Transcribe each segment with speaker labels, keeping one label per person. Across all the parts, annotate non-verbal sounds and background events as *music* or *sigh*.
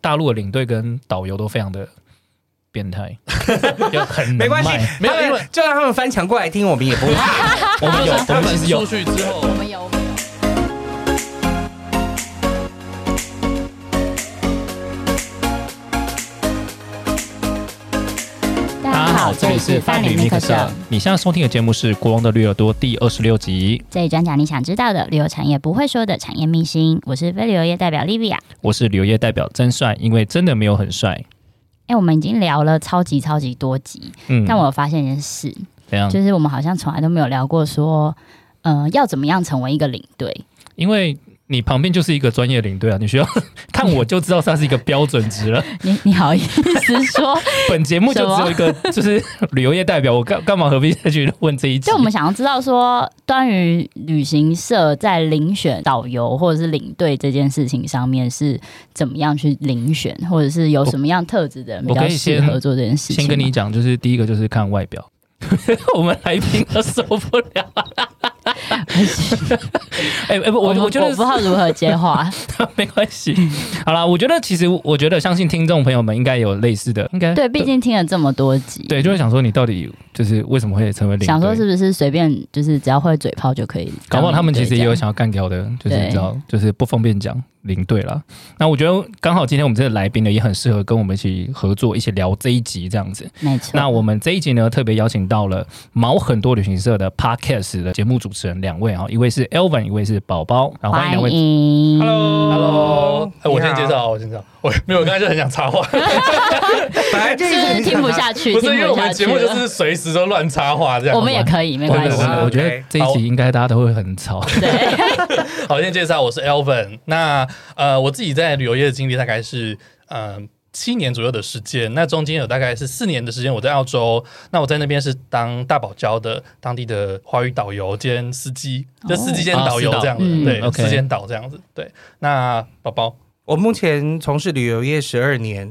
Speaker 1: 大陆的领队跟导游都非常的变态，就很能
Speaker 2: 没关系
Speaker 1: 卖，
Speaker 2: 没
Speaker 1: 没有，因
Speaker 2: 有
Speaker 1: 为，
Speaker 2: 就让他们翻墙过来听，我们也不怕。
Speaker 1: 我们有，我们其实有
Speaker 3: 出，去之后
Speaker 4: 我，们有，我们有。
Speaker 1: 大家好，这里是范旅密克社，你现在收听的节目是《国王的驴耳朵》第二十六集，
Speaker 4: 这里专讲你想知道的旅游产业不会说的产业秘辛。我是非旅游业代表 Livia。
Speaker 1: 我是旅游业代表真帅，因为真的没有很帅，
Speaker 4: 哎、我们已经聊了超级超级多集，
Speaker 1: 嗯，
Speaker 4: 但我有发现一件事，
Speaker 1: 怎样？
Speaker 4: 就是我们好像从来都没有聊过说，呃，要怎么样成为一个领队？
Speaker 1: 因为你旁边就是一个专业领队啊，你需要 *laughs* 看我就知道他是一个标准值了。
Speaker 4: 你你好意思
Speaker 1: *laughs*
Speaker 4: 说，
Speaker 1: 本节目就只有一个，就是旅游业代表，我干干嘛何必再去问这一集？
Speaker 4: 就我们想要知道说，关于旅行社在遴选导游或者是领队这件事情上面是怎么样去遴选，或者是有什么样特质的人比
Speaker 1: 我
Speaker 4: 较
Speaker 1: 可以
Speaker 4: 适
Speaker 1: 先
Speaker 4: 合做这件事情吗？
Speaker 1: 先跟你讲，就是第一个就是看外表。 *laughs* 我们来宾都受不了， *laughs* 哎哎、不，我我觉
Speaker 4: 我
Speaker 1: 得
Speaker 4: 不知道如何
Speaker 3: *laughs*
Speaker 4: 接话，
Speaker 1: *laughs* 没关系。好啦，我觉得其实我觉得相信听众朋友们应该有类似的，应该
Speaker 4: 对，毕竟听了这么多集，
Speaker 1: 对，就会想说你到底就是为什么会成为领队？
Speaker 4: 想说是不是随便就是只要会嘴炮就可以当领队这
Speaker 1: 搞
Speaker 4: 样？
Speaker 1: 不好他们其实也有想要干掉的，就是
Speaker 4: 对
Speaker 1: 你知道，就是不方便讲领队啦。那我觉得刚好今天我们这个来宾呢，也很适合跟我们一起合作，一起聊这一集这样子。
Speaker 4: 没错。
Speaker 1: 那我们这一集呢，特别邀请到了毛很多旅行社的 podcast 的节目主持人两位啊、一位是 Elvin，一位是宝宝，然后欢迎两
Speaker 4: 欢
Speaker 1: 位。
Speaker 4: 迎
Speaker 3: Hello，哎我先介
Speaker 2: 你好
Speaker 3: 绍，我先介绍，我没有，我刚才就很想插话，
Speaker 2: 本来就是
Speaker 4: 不是听不下去，
Speaker 3: 不是
Speaker 4: 听
Speaker 3: 因为我
Speaker 4: 不
Speaker 3: 们
Speaker 4: 下去
Speaker 3: 节目就
Speaker 4: 了。
Speaker 3: 是随时都乱插话这样。
Speaker 4: 我们也可以，没
Speaker 1: 我
Speaker 4: 关
Speaker 1: 我
Speaker 4: 系。
Speaker 1: 我我觉得
Speaker 2: OK
Speaker 1: 这一集应该大家都会很吵， *laughs*
Speaker 4: 对，
Speaker 3: 好，先介绍，我是 Elvin。那呃，我自己在旅游业的经历大概是呃七年左右的时间，那中间有大概是四年的时间我在澳洲，那我在那边是当大堡礁的当地的华语导游兼司机，就
Speaker 4: 哦
Speaker 3: 司机兼
Speaker 1: 啊
Speaker 3: 导游
Speaker 1: 司导
Speaker 3: 这样子，
Speaker 4: 嗯
Speaker 3: 对，
Speaker 1: OK
Speaker 3: 司机兼导这样子，对。那宝宝，
Speaker 2: *laughs* 我目前从事旅游业十二年，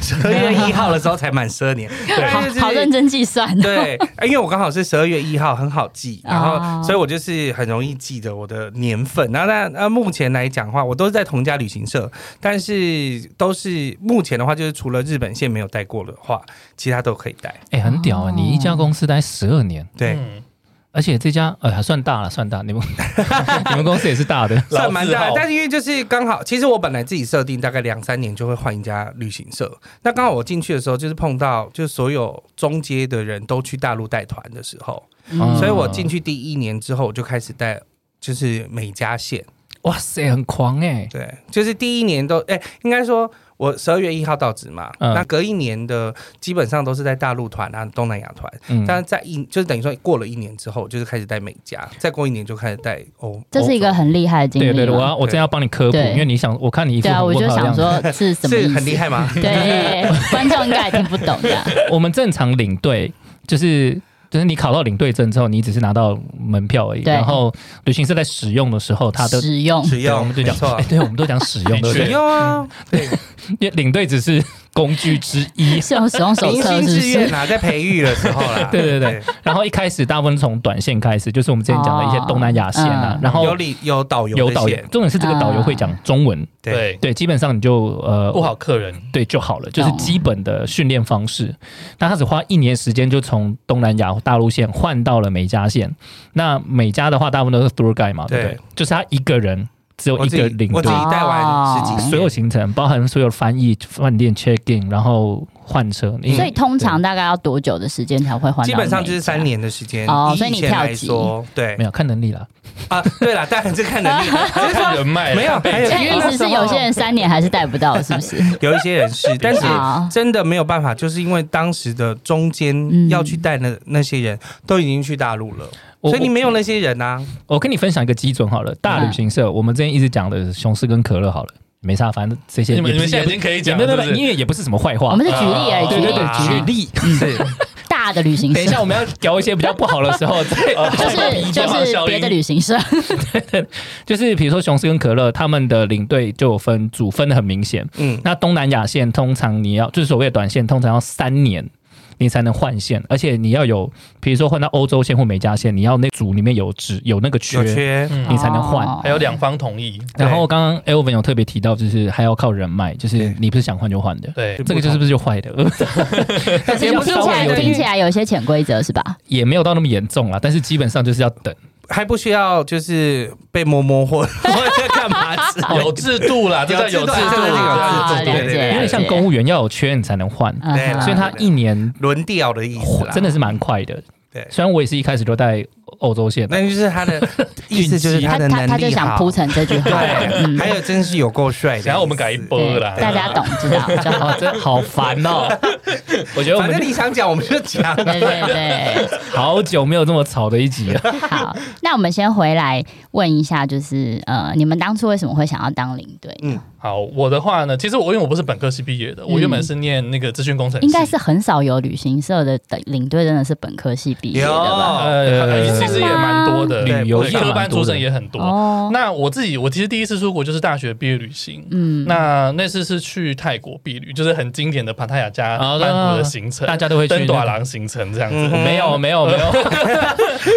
Speaker 2: 十二月一号的时候才满十二年，
Speaker 4: 好
Speaker 2: 对
Speaker 3: *laughs*
Speaker 4: 好认。真计算。
Speaker 2: 对，因为我刚好是十二月一号，很好记，然
Speaker 4: 哦
Speaker 2: 后所以我就是很容易记得我的年份。然后那那目前来讲的话，我都是在同一家旅行社，但是都是目前的话，就是除了日本线没有带过的话，其他都可以带。
Speaker 1: 哎、很屌啊、
Speaker 4: 哦
Speaker 1: 你一家公司待十二年，
Speaker 2: 对，
Speaker 3: 嗯
Speaker 1: 而且这家呃还算大了，算大，你们 *laughs* 你们公司也是大
Speaker 4: *laughs*
Speaker 1: 的。
Speaker 2: 算蛮
Speaker 3: 老字
Speaker 2: 大
Speaker 3: 号
Speaker 2: 的，但是因为就是刚好，其实我本来自己设定大概两三年就会换一家旅行社。那刚好我进去的时候，就是碰到就是所有中阶的人都去大陆带团的时候，
Speaker 1: 嗯
Speaker 2: 所以我进去第一年之后，我就开始带就是美加线，
Speaker 1: 哇塞，很狂
Speaker 4: 欸
Speaker 1: 哎、
Speaker 2: 对，就是第一年都哎、应该说我十二月一号到职嘛，
Speaker 1: 嗯
Speaker 2: 那隔一年的基本上都是在大陆团啊、东南亚团，
Speaker 1: 嗯，
Speaker 2: 但是在一就是等于说过了一年之后，就是开始带美加，再过一年就开始带欧，
Speaker 4: 这是一个
Speaker 2: 欧洲
Speaker 4: 很厉害的经历
Speaker 1: 对
Speaker 4: 吗。
Speaker 1: 对对，我要我真要帮你科普，
Speaker 4: 嗯对
Speaker 1: 因为你想，我看你一副
Speaker 4: 对啊，
Speaker 1: 很
Speaker 4: 我
Speaker 1: 问
Speaker 4: 就
Speaker 1: 号的样
Speaker 4: 想
Speaker 1: 子。
Speaker 4: 说是什么意
Speaker 2: 是
Speaker 4: 思？
Speaker 2: 很厉
Speaker 1: *laughs*
Speaker 2: 害吗？
Speaker 4: 对，观众应该也听不懂的。
Speaker 2: *laughs*
Speaker 1: 我们正常领队就是。就是你考到领队证之后，你只是拿到门票而已。
Speaker 4: 对
Speaker 1: 然后旅行社在使用的时候， *laughs* 他的
Speaker 4: 使用
Speaker 2: 只
Speaker 1: 对我
Speaker 2: 要
Speaker 1: 们就
Speaker 2: 没
Speaker 1: 讲
Speaker 2: 错啊
Speaker 1: 哎，对，我们都讲使用，对不
Speaker 3: 的确
Speaker 2: 只
Speaker 1: 对？*laughs*
Speaker 2: 要啊，
Speaker 1: 因为领队只是工具之
Speaker 4: *laughs*
Speaker 1: 一。，
Speaker 4: 是用使用手
Speaker 2: 明
Speaker 4: 册
Speaker 2: 星
Speaker 4: 是不
Speaker 2: 志愿啊
Speaker 4: 是？
Speaker 2: 啦，在培育的时候啦
Speaker 1: *laughs* 对对对，然后一开始大部分从短线开始，就是我们之前讲的一些东南亚线啊
Speaker 4: 哦，嗯
Speaker 1: 然后
Speaker 2: 有理有导游
Speaker 1: 有
Speaker 2: 这
Speaker 1: 导游
Speaker 2: 些，
Speaker 1: 重点是这个导游会讲中文，
Speaker 2: 对，
Speaker 3: 对，
Speaker 1: 对，基本上你就呃
Speaker 3: 不好客人，
Speaker 1: 对就好了，就是
Speaker 2: 哦
Speaker 4: 懂
Speaker 1: 基本的训练方式。那他只花一年时间就从东南亚大陆线换到了美加线。那美加的话，大部分都是 tour guide 嘛，对不对
Speaker 2: 对？
Speaker 1: 就是他一个人只有
Speaker 2: 我
Speaker 1: 一
Speaker 2: 自
Speaker 1: 个
Speaker 2: 己
Speaker 1: 领
Speaker 2: 我自
Speaker 1: 队
Speaker 2: 己，带完十几
Speaker 4: 哦
Speaker 2: 年
Speaker 1: 所有行程包含所有翻译、饭店 check in，然后换车。
Speaker 2: 嗯
Speaker 1: 你
Speaker 4: 所以通常大概要多久的时间才会换？
Speaker 2: 基本上就是三。年的时间。
Speaker 4: 哦
Speaker 2: 以
Speaker 4: 所以你
Speaker 2: 以前
Speaker 4: 跳
Speaker 2: 来
Speaker 4: 级
Speaker 2: 说，对
Speaker 1: 没有看能力啦，
Speaker 2: 啊，对了，当然这看能力，
Speaker 4: *laughs*
Speaker 2: 只是
Speaker 3: 看
Speaker 2: 说
Speaker 3: 人
Speaker 1: 哎
Speaker 3: 脉啊
Speaker 2: 没有，还有
Speaker 4: 但
Speaker 2: 因为
Speaker 4: 意
Speaker 2: 那时
Speaker 4: 思是
Speaker 2: 候
Speaker 4: 有些人三年还是带不到，是不是？
Speaker 2: 有一些人
Speaker 1: *laughs*
Speaker 2: 是，但是
Speaker 4: 好
Speaker 2: 真的没有办法，就是因为当时的中
Speaker 4: 嗯
Speaker 2: 间要去带的那些人都已经去大陆了，
Speaker 1: 我
Speaker 2: 所以你没有那些人啊，
Speaker 1: 我跟你分享一个基准好了，大
Speaker 4: 嗯
Speaker 1: 旅行社，我们之前一直讲的雄狮跟可乐好了，没差，反正这些
Speaker 3: 你
Speaker 1: 也不是
Speaker 3: 们你们现在已经可以讲
Speaker 1: 也没
Speaker 3: 了，对
Speaker 1: 有没
Speaker 3: 不
Speaker 1: 有没有
Speaker 3: 对？
Speaker 1: 因为也不是什么坏话，
Speaker 4: 我们是举例而已，
Speaker 3: 哦
Speaker 4: 举
Speaker 1: 对对
Speaker 4: 例
Speaker 2: 啊
Speaker 1: 对，举例。
Speaker 2: 是
Speaker 4: 大的旅 *laughs* 行
Speaker 1: 等一
Speaker 4: 社
Speaker 1: 下，我们要聊一些比较不好的时候，再
Speaker 4: 就是就是别的旅行社，
Speaker 1: 就是比如说雄狮跟可乐，他们的领队就有分组分的很明显。
Speaker 2: 嗯，
Speaker 1: 那东南亚线通常你要就是所谓的短线，通常要三年你才能换线，而且你要有，比如说换到欧洲线或美加线，你要那组里面有只有那个
Speaker 2: 有缺，
Speaker 3: 嗯
Speaker 1: 你才能换
Speaker 4: 哦
Speaker 3: 还有两方同意，
Speaker 1: 然后刚刚 Elvin 有特别提到，就是还要靠人脉，就是你不是想换就换的，
Speaker 3: 对
Speaker 1: 这个就是不是就坏的，但是 *laughs*
Speaker 2: 也
Speaker 1: 要
Speaker 2: 不是
Speaker 1: 稍
Speaker 4: 听起
Speaker 1: 微
Speaker 4: 来
Speaker 1: 有
Speaker 4: 听
Speaker 1: 点
Speaker 4: 起来有些潜规则是吧？
Speaker 1: 也没有到那么严重啦，但是基本上就是要等。
Speaker 2: 还不需要就是被摸摸或 *laughs* 或者干嘛之类的
Speaker 3: 有制度啦，这叫有制
Speaker 2: 有制
Speaker 3: 度，
Speaker 2: 度
Speaker 3: 这叫有制
Speaker 2: 对
Speaker 3: 度
Speaker 2: 对对
Speaker 4: 哎
Speaker 1: 因为像公务员要有缺你才能换，
Speaker 4: 嗯
Speaker 2: 对
Speaker 3: 啊
Speaker 4: 哼
Speaker 1: 所以他一年
Speaker 2: 轮调的意思啦，
Speaker 1: 真的是蛮快的。
Speaker 2: 对
Speaker 1: 虽然我也是一开始就带欧洲线的，啊
Speaker 2: 那就是他
Speaker 4: *laughs*
Speaker 2: 的意思，就是
Speaker 4: 他
Speaker 2: 的
Speaker 4: 他他
Speaker 2: 能
Speaker 4: 就
Speaker 2: 力
Speaker 4: 想
Speaker 2: 好
Speaker 4: 铺。成这句话，
Speaker 2: 对，
Speaker 4: 嗯
Speaker 2: 还有真是有够帅的。
Speaker 3: 想要我们改一波
Speaker 4: 对
Speaker 3: 啦，
Speaker 4: 大家懂知道就
Speaker 1: *laughs*
Speaker 4: 好。
Speaker 1: 哦，真好烦
Speaker 3: *laughs*
Speaker 1: 哦！我觉得我
Speaker 2: 反正
Speaker 1: 们
Speaker 2: 你想讲，我们就
Speaker 4: *laughs*
Speaker 2: 讲。
Speaker 4: 对对对，
Speaker 1: 好久没有这么吵的一
Speaker 3: *laughs*
Speaker 1: 集了。
Speaker 4: 好，那我们先回来问一下，就是呃，你们当初为什么会想要当领队？
Speaker 1: 嗯
Speaker 3: 好，我的话呢，其实我因为我不是本科系毕业的，我原本是念那个资讯工程系，
Speaker 4: 应该是很少有旅行社的领队真的是本科系毕业的吧？
Speaker 3: 呃，
Speaker 1: 呃
Speaker 3: 其实也蛮多的，
Speaker 1: 旅游
Speaker 3: 对
Speaker 1: 业蛮多
Speaker 3: 科
Speaker 1: 的
Speaker 3: 班出身也很多。
Speaker 4: 哦，
Speaker 3: 那我自己，我其实第一次出国就是大学毕业旅行。
Speaker 4: 嗯，
Speaker 3: 那那次是去泰国避旅，就是很经典的帕塔雅加
Speaker 1: 啊
Speaker 3: 曼谷的行程，
Speaker 1: 大家都会去
Speaker 3: 登
Speaker 1: 那
Speaker 3: 短
Speaker 1: 个
Speaker 3: 廊行程这样
Speaker 2: 嗯
Speaker 3: 子。
Speaker 2: 哼
Speaker 1: 没有没有没
Speaker 3: *laughs*
Speaker 1: 有，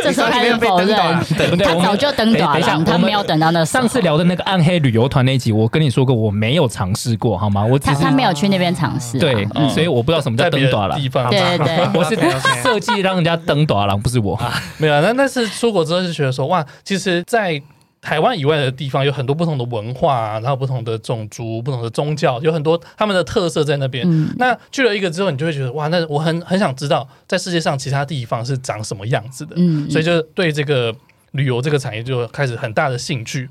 Speaker 4: 这时候开始
Speaker 2: 你说里面
Speaker 4: 否
Speaker 2: 被登岛
Speaker 4: 认
Speaker 2: 了，
Speaker 1: 对不对？
Speaker 4: 他
Speaker 1: 我
Speaker 4: 早
Speaker 1: 们
Speaker 4: 就等短
Speaker 1: 等一下
Speaker 4: 了，
Speaker 1: 我
Speaker 4: 他
Speaker 1: 们
Speaker 4: 没有等到那时候
Speaker 1: 上次聊的那个暗黑旅游团那一集，我跟你说过我没有尝试过，好吗？我只
Speaker 4: 他
Speaker 1: 是
Speaker 4: 他没有去那边尝试啊，
Speaker 1: 对，
Speaker 3: 嗯
Speaker 1: 所以我不知道什么叫
Speaker 3: 在别
Speaker 1: 登短了
Speaker 3: 的地。方，
Speaker 4: 对对对
Speaker 1: 我是
Speaker 2: OK，OK
Speaker 1: 设计让人家登短廊，不是我。
Speaker 3: 没有啊。那那次出国之后就觉得说，哇，其实，在台湾以外的地方有很多不同的文化啊、然后不同的种族、不同的宗教，有很多他们的特色在那边。
Speaker 4: 嗯，
Speaker 3: 那去了一个之后，你就会觉得哇，那我很很想知道在世界上其他地方是长什么样子的，
Speaker 4: 嗯，
Speaker 3: 所以就对这个旅游这个产业就开始很大的兴趣。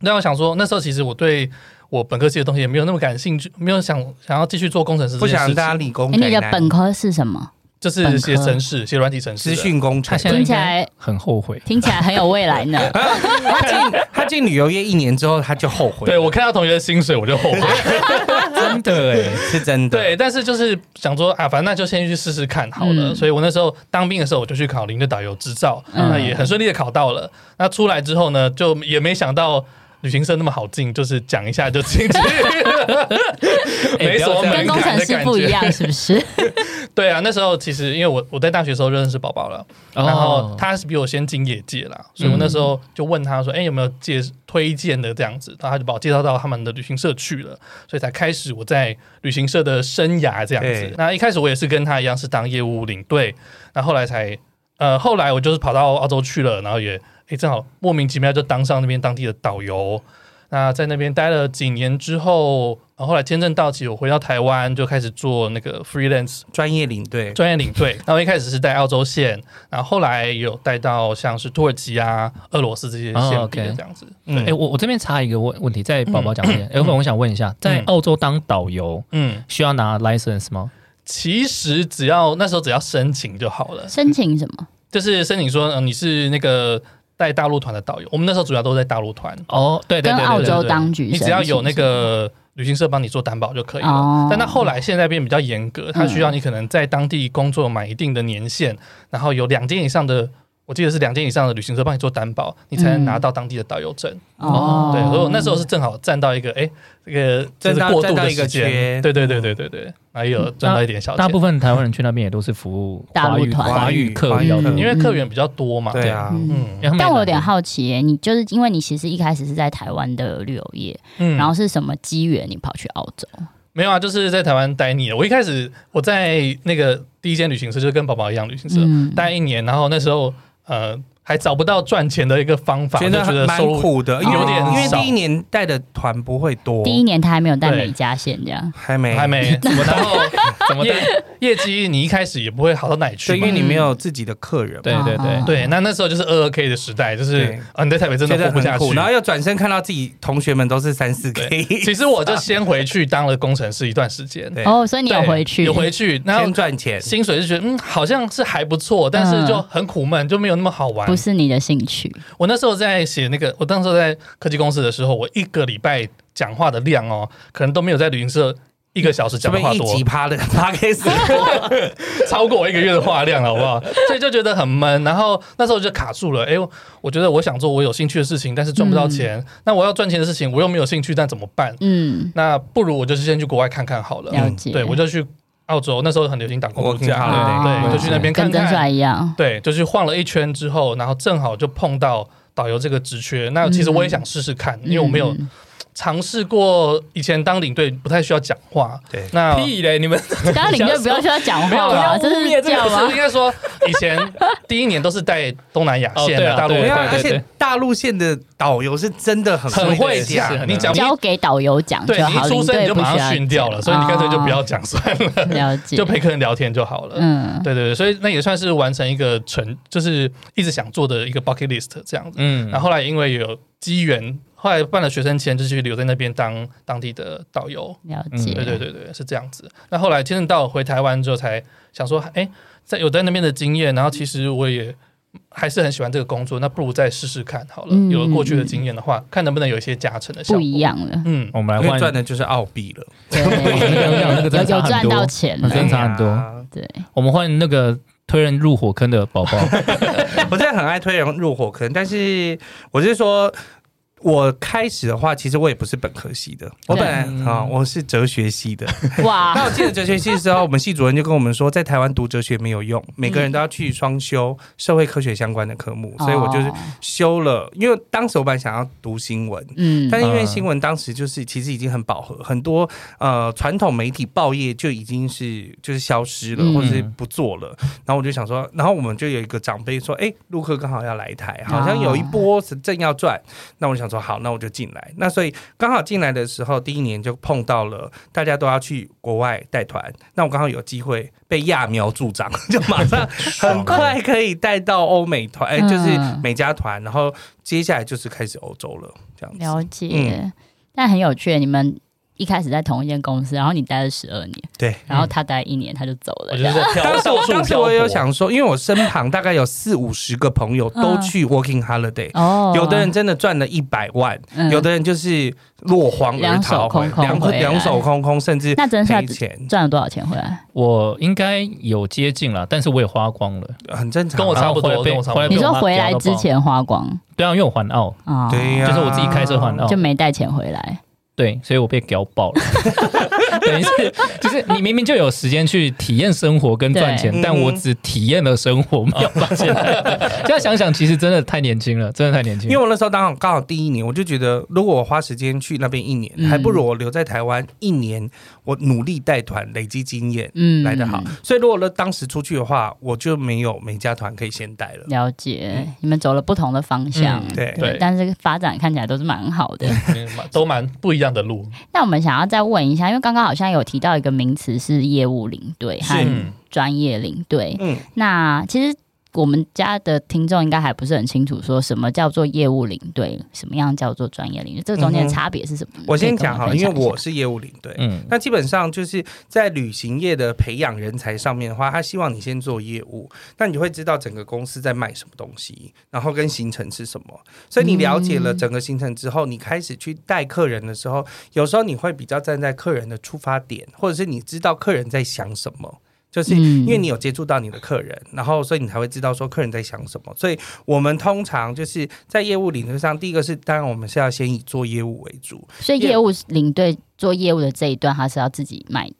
Speaker 3: 那我想说，那时候其实我对我本科系的东西也没有那么感兴趣，没有想想要继续做工程师
Speaker 2: 不
Speaker 3: 这件事
Speaker 2: 想
Speaker 3: 情，
Speaker 2: 当理工
Speaker 4: 诶
Speaker 2: 宅男，
Speaker 4: 你的哎本科是什么？
Speaker 3: 就是写程式、写软体程式
Speaker 2: 资
Speaker 3: 的。
Speaker 2: 讯工
Speaker 1: 他
Speaker 2: 程。
Speaker 1: 现在
Speaker 4: 听起来
Speaker 1: 很后悔。
Speaker 4: 听起来很有未来呢。
Speaker 2: 他进他进旅游业一年之后，他就后悔
Speaker 3: 对，我看到同学的薪水我就后悔。
Speaker 1: 真的哎，
Speaker 2: 是真的。
Speaker 3: 对，但是就是想说啊，反正那就先去试试看好了。
Speaker 4: 嗯
Speaker 3: 所以我那时候当兵的时候，我就去考领队导游执照，
Speaker 4: 嗯
Speaker 3: 那也很顺利的考到了。那出来之后呢，就也没想到。旅行社那么好进，就是讲一下就
Speaker 1: *laughs*
Speaker 3: 进去， *laughs* 没什么
Speaker 1: 哎不要这样
Speaker 3: 门
Speaker 4: 跟工
Speaker 3: 槛
Speaker 4: 程
Speaker 3: 的
Speaker 4: 师
Speaker 3: 感
Speaker 4: 不一
Speaker 3: 觉。
Speaker 4: 样，是不是？
Speaker 3: 对啊，那时候其实因为我我在大学的时候就认识宝宝了，然后
Speaker 1: 哦，
Speaker 3: 他是比我先进业界啦，所以我那时候就问他说：“哎、有没有介推荐的这样子？”然后他就把我介绍到他们的旅行社去了，所以才开始我在旅行社的生涯这样
Speaker 2: 对
Speaker 3: 子。那一开始我也是跟他一样是当业务领队，那后来才呃，后来我就是跑到澳洲去了，然后也哎正好莫名其妙就当上那边当地的导游。那在那边待了几年之后，然后后来签证到期，我回到台湾就开始做那个 freelance
Speaker 2: 专业领队，
Speaker 3: 专业领队。那我一开始是带澳洲线，然后后来也有带到像是土耳其啊、俄罗斯这些
Speaker 1: 哦
Speaker 3: 线比
Speaker 1: OK
Speaker 3: 的这样子。
Speaker 1: 哎，我我这边插一个问问题，在宝宝讲之前，哎，我想问一下，在
Speaker 3: 嗯
Speaker 1: 澳洲当导游
Speaker 3: 嗯，
Speaker 1: 需要拿 license 吗？
Speaker 3: 其实只要那时候只要申请就好了，
Speaker 4: 申请什么？
Speaker 3: 就是申请说、呃、你是那个带大陆团的导游。我们那时候主要都在大陆团，
Speaker 1: 哦，对对
Speaker 4: 跟
Speaker 1: 对
Speaker 4: 澳
Speaker 1: 对对
Speaker 4: 洲
Speaker 1: 对，
Speaker 4: 当局申
Speaker 3: 你
Speaker 4: 请，
Speaker 3: 只要有那个。旅行社帮你做担保就可以了，
Speaker 4: 哦
Speaker 3: 但那后来现在变比较严格，它需要你可能在当地工作满一定的年限，然后有两间以上的，我记得是两间以上的旅行社帮你做担保，你
Speaker 1: 嗯
Speaker 3: 才能拿到当地的导游证。
Speaker 4: 哦，
Speaker 3: 对，所以我那时候是正好站到一个哎、这个就
Speaker 2: 站
Speaker 3: 是
Speaker 2: 到
Speaker 3: 过渡
Speaker 2: 站到
Speaker 3: 的
Speaker 2: 一个
Speaker 3: 时间，
Speaker 2: 缺嗯
Speaker 3: 对对对对对对，然后也有赚到一点小
Speaker 1: 大
Speaker 3: 钱
Speaker 1: 部，分台湾人去那边也都是服务
Speaker 4: 大
Speaker 1: 华
Speaker 4: 陆
Speaker 1: 语
Speaker 4: 团
Speaker 1: 华语客比较多
Speaker 4: 嗯，
Speaker 3: 因为客源比较多嘛。
Speaker 2: 对啊，
Speaker 4: 嗯
Speaker 3: 嗯，
Speaker 1: 哎因为他们也懒得，
Speaker 4: 但我有点好奇耶，你就是因为你其实一开始是在台湾的旅游业，
Speaker 3: 嗯，
Speaker 4: 然
Speaker 3: 然后
Speaker 4: 后是什么机缘你跑去澳洲？
Speaker 3: 没有啊，就是在台湾待腻了。我一开始我在那个第一间旅行社，就是跟宝宝一样旅行社
Speaker 4: 嗯
Speaker 3: 待一年，然后那时候呃还找不到赚钱的一个方法，
Speaker 2: 觉
Speaker 3: 就觉
Speaker 2: 得
Speaker 3: 得
Speaker 2: 蛮
Speaker 3: 收入
Speaker 2: 苦的，
Speaker 3: 有
Speaker 4: 点
Speaker 2: 因为因为
Speaker 3: 少
Speaker 2: 第一年带的团不会多，
Speaker 4: 哦第一年他还没有带
Speaker 3: 对
Speaker 4: 美加线这样，
Speaker 2: 还没 *laughs*
Speaker 3: 还。没，然后
Speaker 1: 怎么
Speaker 3: 业
Speaker 1: 的？
Speaker 3: 业绩你一开始也不会好到哪里去
Speaker 2: 对，因
Speaker 3: 嘛
Speaker 2: 为。你没有自己的客人嘛，
Speaker 1: 对对对
Speaker 4: 啊
Speaker 3: 对，那那时候就是二二 K 的时代，就是
Speaker 2: 对
Speaker 3: 啊你在台北真的
Speaker 2: 觉
Speaker 3: 活
Speaker 2: 得
Speaker 3: 不下
Speaker 2: 很
Speaker 3: 去
Speaker 2: 苦，，然后又转身看到自己同学们都是三四 K，
Speaker 3: 其实我就先回去当了工程师一段时间，
Speaker 2: 对
Speaker 4: 哦，所以你有
Speaker 3: 对
Speaker 4: 回去，
Speaker 3: 有回去，然
Speaker 2: 先
Speaker 3: 后
Speaker 2: 赚钱，
Speaker 3: 薪水就觉得嗯，好像是还不错，但是就很苦闷，就没有那么好玩
Speaker 4: 不。是你的兴趣，
Speaker 3: 我那时候在写那个，我当时候在科技公司的时候，我一个礼拜讲话的量哦，可能都没有在旅行社一个小时
Speaker 2: 这
Speaker 3: 讲的话
Speaker 2: 边一
Speaker 3: 多
Speaker 2: 集，趴的趴 K 死，
Speaker 3: 超过我一个月的话量了，好不好？所以就觉得很闷，然后那时候就卡住了。哎，我我觉得我想做我有兴趣的事情，但是赚不
Speaker 4: 嗯
Speaker 3: 到钱，那我要赚钱的事情我又没有兴趣，但怎么办？
Speaker 4: 嗯，
Speaker 3: 那不如我就是先去国外看看好了。嗯
Speaker 4: 了解。
Speaker 3: 对，我就去澳洲那时候很流行打工度
Speaker 2: Working
Speaker 3: 假，
Speaker 2: holiday，
Speaker 3: 对对，就去那边看
Speaker 4: 嗯跟
Speaker 3: 看
Speaker 4: 哦真。帅一样。
Speaker 3: 对，就去晃了一圈之后，然后正好就碰到导游这个职缺。那其实我也想试试看，因为我没有
Speaker 4: 嗯
Speaker 3: 尝试过，以前当领队不太需要讲话。
Speaker 2: 对
Speaker 3: 那
Speaker 5: 屁
Speaker 1: *laughs*
Speaker 5: 嘞！你们
Speaker 4: 当领队不要需要讲
Speaker 3: *laughs* 没有
Speaker 4: 话
Speaker 3: 啦
Speaker 4: 吧？这
Speaker 5: 污
Speaker 4: 是
Speaker 5: 蔑
Speaker 4: 啊
Speaker 5: 这
Speaker 4: 这
Speaker 5: 个
Speaker 4: 样
Speaker 3: 不
Speaker 4: 吗
Speaker 3: 是？应该说以前第一年都是带东南亚线
Speaker 5: 哦对
Speaker 3: 的
Speaker 5: 啊
Speaker 3: 大陆
Speaker 2: 没
Speaker 5: 对
Speaker 2: 有啊，
Speaker 5: 对
Speaker 2: 而
Speaker 5: 对
Speaker 2: 且大陆线的导游是真的很
Speaker 3: 很会
Speaker 2: 讲
Speaker 3: 讲，
Speaker 2: 的，
Speaker 3: 你讲不
Speaker 4: 交给导游讲就
Speaker 3: 对你一
Speaker 4: 好，
Speaker 3: 出
Speaker 4: 领
Speaker 3: 生你
Speaker 4: 队
Speaker 3: 就
Speaker 4: 不
Speaker 3: 马
Speaker 4: 需
Speaker 3: 上
Speaker 4: 要
Speaker 3: 训掉
Speaker 4: 讲
Speaker 3: 了，所以你干脆就不要
Speaker 4: 哦
Speaker 3: 讲算了，
Speaker 4: 了
Speaker 3: *laughs*
Speaker 4: 解，
Speaker 3: 就陪客人聊天就好了。
Speaker 4: 嗯，
Speaker 3: 对对对，所以那也算是完成一个成，就是一直想做的一个 bucket list 这样子。 *laughs*
Speaker 5: 嗯
Speaker 3: 然后后来因为有机缘，后来办了学生签，就去留在那边当当地的导游。
Speaker 4: 了解，
Speaker 3: 嗯对对对对，是这样子。那后来签证到回台湾之后，才想说，哎，在有在那边的经验，然后其实我也还是很喜欢这个工作，那不如再试试看好了。
Speaker 4: 嗯
Speaker 3: 有了过去的经验的话，看能不能有一些加成的效
Speaker 4: 不
Speaker 3: 果。
Speaker 4: 一。样
Speaker 3: *laughs*
Speaker 4: 了，
Speaker 3: 嗯，
Speaker 1: 我们来
Speaker 2: 因为
Speaker 1: 换
Speaker 2: 赚的就是澳币了，
Speaker 4: 对，
Speaker 1: 那个真的
Speaker 4: 有
Speaker 1: 差
Speaker 4: 有
Speaker 1: 很
Speaker 4: 赚
Speaker 1: 多
Speaker 4: 到钱
Speaker 1: 真
Speaker 4: 了
Speaker 1: 的，差很多
Speaker 2: 对啊
Speaker 4: 对，
Speaker 1: 我们换那个推人入火坑的宝宝，
Speaker 2: 哎我真的很爱推人入火坑，但是我是说。我开始的话，其实我也不是本科系的，我本来
Speaker 1: 对
Speaker 2: 啊、我是哲学系的。那
Speaker 3: *laughs*
Speaker 4: *laughs* 哇，
Speaker 2: 我记得哲学系的时候，我们系主任就跟我们说，在台湾读哲学没有用，每个人都要去双修社会科学相关的科目，所以我就是
Speaker 4: 哦，
Speaker 2: 修了。因为当时我本来想要读新闻，
Speaker 4: 嗯，
Speaker 2: 但是因为
Speaker 1: 嗯
Speaker 2: 新闻当时就是其实已经很饱和，很多呃传统媒体报业就已经是就是消失了，
Speaker 4: 嗯
Speaker 2: 或者是不做了。然后我就想说，然后我们就有一个长辈说，哎、陆克刚好要来台，好像有一波是正要赚。那我想说，好，那我就进来。那所以刚好进来的时候，第一年就碰到了大家都要去国外带团，那我刚好有机会被揠苗助长，就马上很快可以带到欧美团，哎、就是
Speaker 4: 嗯
Speaker 2: 美加团，然后接下来就是开始欧洲了，这样子。
Speaker 4: 了
Speaker 3: 嗯
Speaker 4: 解，但很有趣，你们。一开始在同一间公司，然后你待了十二年，
Speaker 2: 对，
Speaker 4: 然后他待一年他就走了
Speaker 3: 嗯我，就是在跳
Speaker 2: 当时
Speaker 3: *laughs* 到
Speaker 2: 哦我
Speaker 3: 处
Speaker 2: 当时
Speaker 3: 漂
Speaker 2: 我也有
Speaker 3: 泊
Speaker 2: 想说，因为我身旁大概有四五十个朋友都去 working holiday，、
Speaker 4: 嗯哦，
Speaker 2: 有的人真的赚了一百万，
Speaker 4: 嗯
Speaker 2: 有的人就是落荒而逃回，
Speaker 4: 两手空空
Speaker 2: 两
Speaker 4: 回来
Speaker 2: 两手空空，甚至
Speaker 4: 那真帅
Speaker 2: 赔钱，
Speaker 4: 赚了多少钱回来？
Speaker 1: 我应该有接近了，但是我也花光
Speaker 2: *laughs*
Speaker 1: 了。
Speaker 2: 很正常啊。
Speaker 3: 跟我差不多
Speaker 1: 然后回来被
Speaker 3: 跟我差不
Speaker 1: 回
Speaker 3: 多
Speaker 1: 来
Speaker 2: 呃
Speaker 1: 被
Speaker 4: 你
Speaker 1: 我
Speaker 4: 说
Speaker 1: 妈
Speaker 4: 回来
Speaker 1: 屌到
Speaker 4: 之
Speaker 1: 爆
Speaker 4: 前花光
Speaker 1: 对啊，因为我环澳，
Speaker 4: 啊，
Speaker 2: 对呀、
Speaker 1: 就是我自己开车环澳
Speaker 4: 就，没带钱回来，
Speaker 1: 对，所以我被屌爆了。等于是，就是你明明就有时间去体验生活跟赚钱
Speaker 2: 对，
Speaker 1: 但我只体验了生活，没有赚钱。现在想想，其实真的太年轻了，真的太年轻
Speaker 2: 因
Speaker 1: 了。
Speaker 2: 为我那时候刚好刚好第一年，我就觉得如果我花时间去那边一年，
Speaker 4: 嗯
Speaker 2: 还不如我留在台湾一年，我努力带团累积经验
Speaker 4: 嗯，
Speaker 2: 来得好。所以如果那当时出去的话，我就没有美加团可以先带了。
Speaker 4: 了解，你们走了不同的方向，
Speaker 2: 嗯对
Speaker 3: 对
Speaker 4: 但是发展看起来都是蛮好的。
Speaker 3: 嗯蛮都蛮不一样的路。
Speaker 4: *laughs* 那我们想要再问一下，因为刚刚好像有提到一个名词是业务领队
Speaker 2: 是
Speaker 4: 和
Speaker 3: 嗯，
Speaker 4: 专业领队，
Speaker 2: 嗯，
Speaker 4: 那其实。我们家的听众应该还不是很清楚，说什么叫做业务领队，什么样叫做专业领队，这中间的差别是什么？
Speaker 2: 嗯我先讲好了，
Speaker 4: 可以
Speaker 2: 因
Speaker 4: 跟
Speaker 2: 为
Speaker 4: 们分享一下
Speaker 2: 我是业务领队，
Speaker 1: 嗯，
Speaker 2: 那基本上就是在旅行业的培养人才上面的话，他希望你先做业务，那你会知道整个公司在卖什么东西，然后跟行程是什么。所以你了解了整个行程之后，你开始去带客人的时候，有时候你会比较站在客人的出发点，或者是你知道客人在想什么。就是
Speaker 4: 嗯
Speaker 2: 因为你有接触到你的客人，然后所以你才会知道说客人在想什么。所以我们通常就是在业务理论上，第一个是当然我们是要先以做业务为主，
Speaker 4: 所以业务领队做业务的这一段，他是要自己卖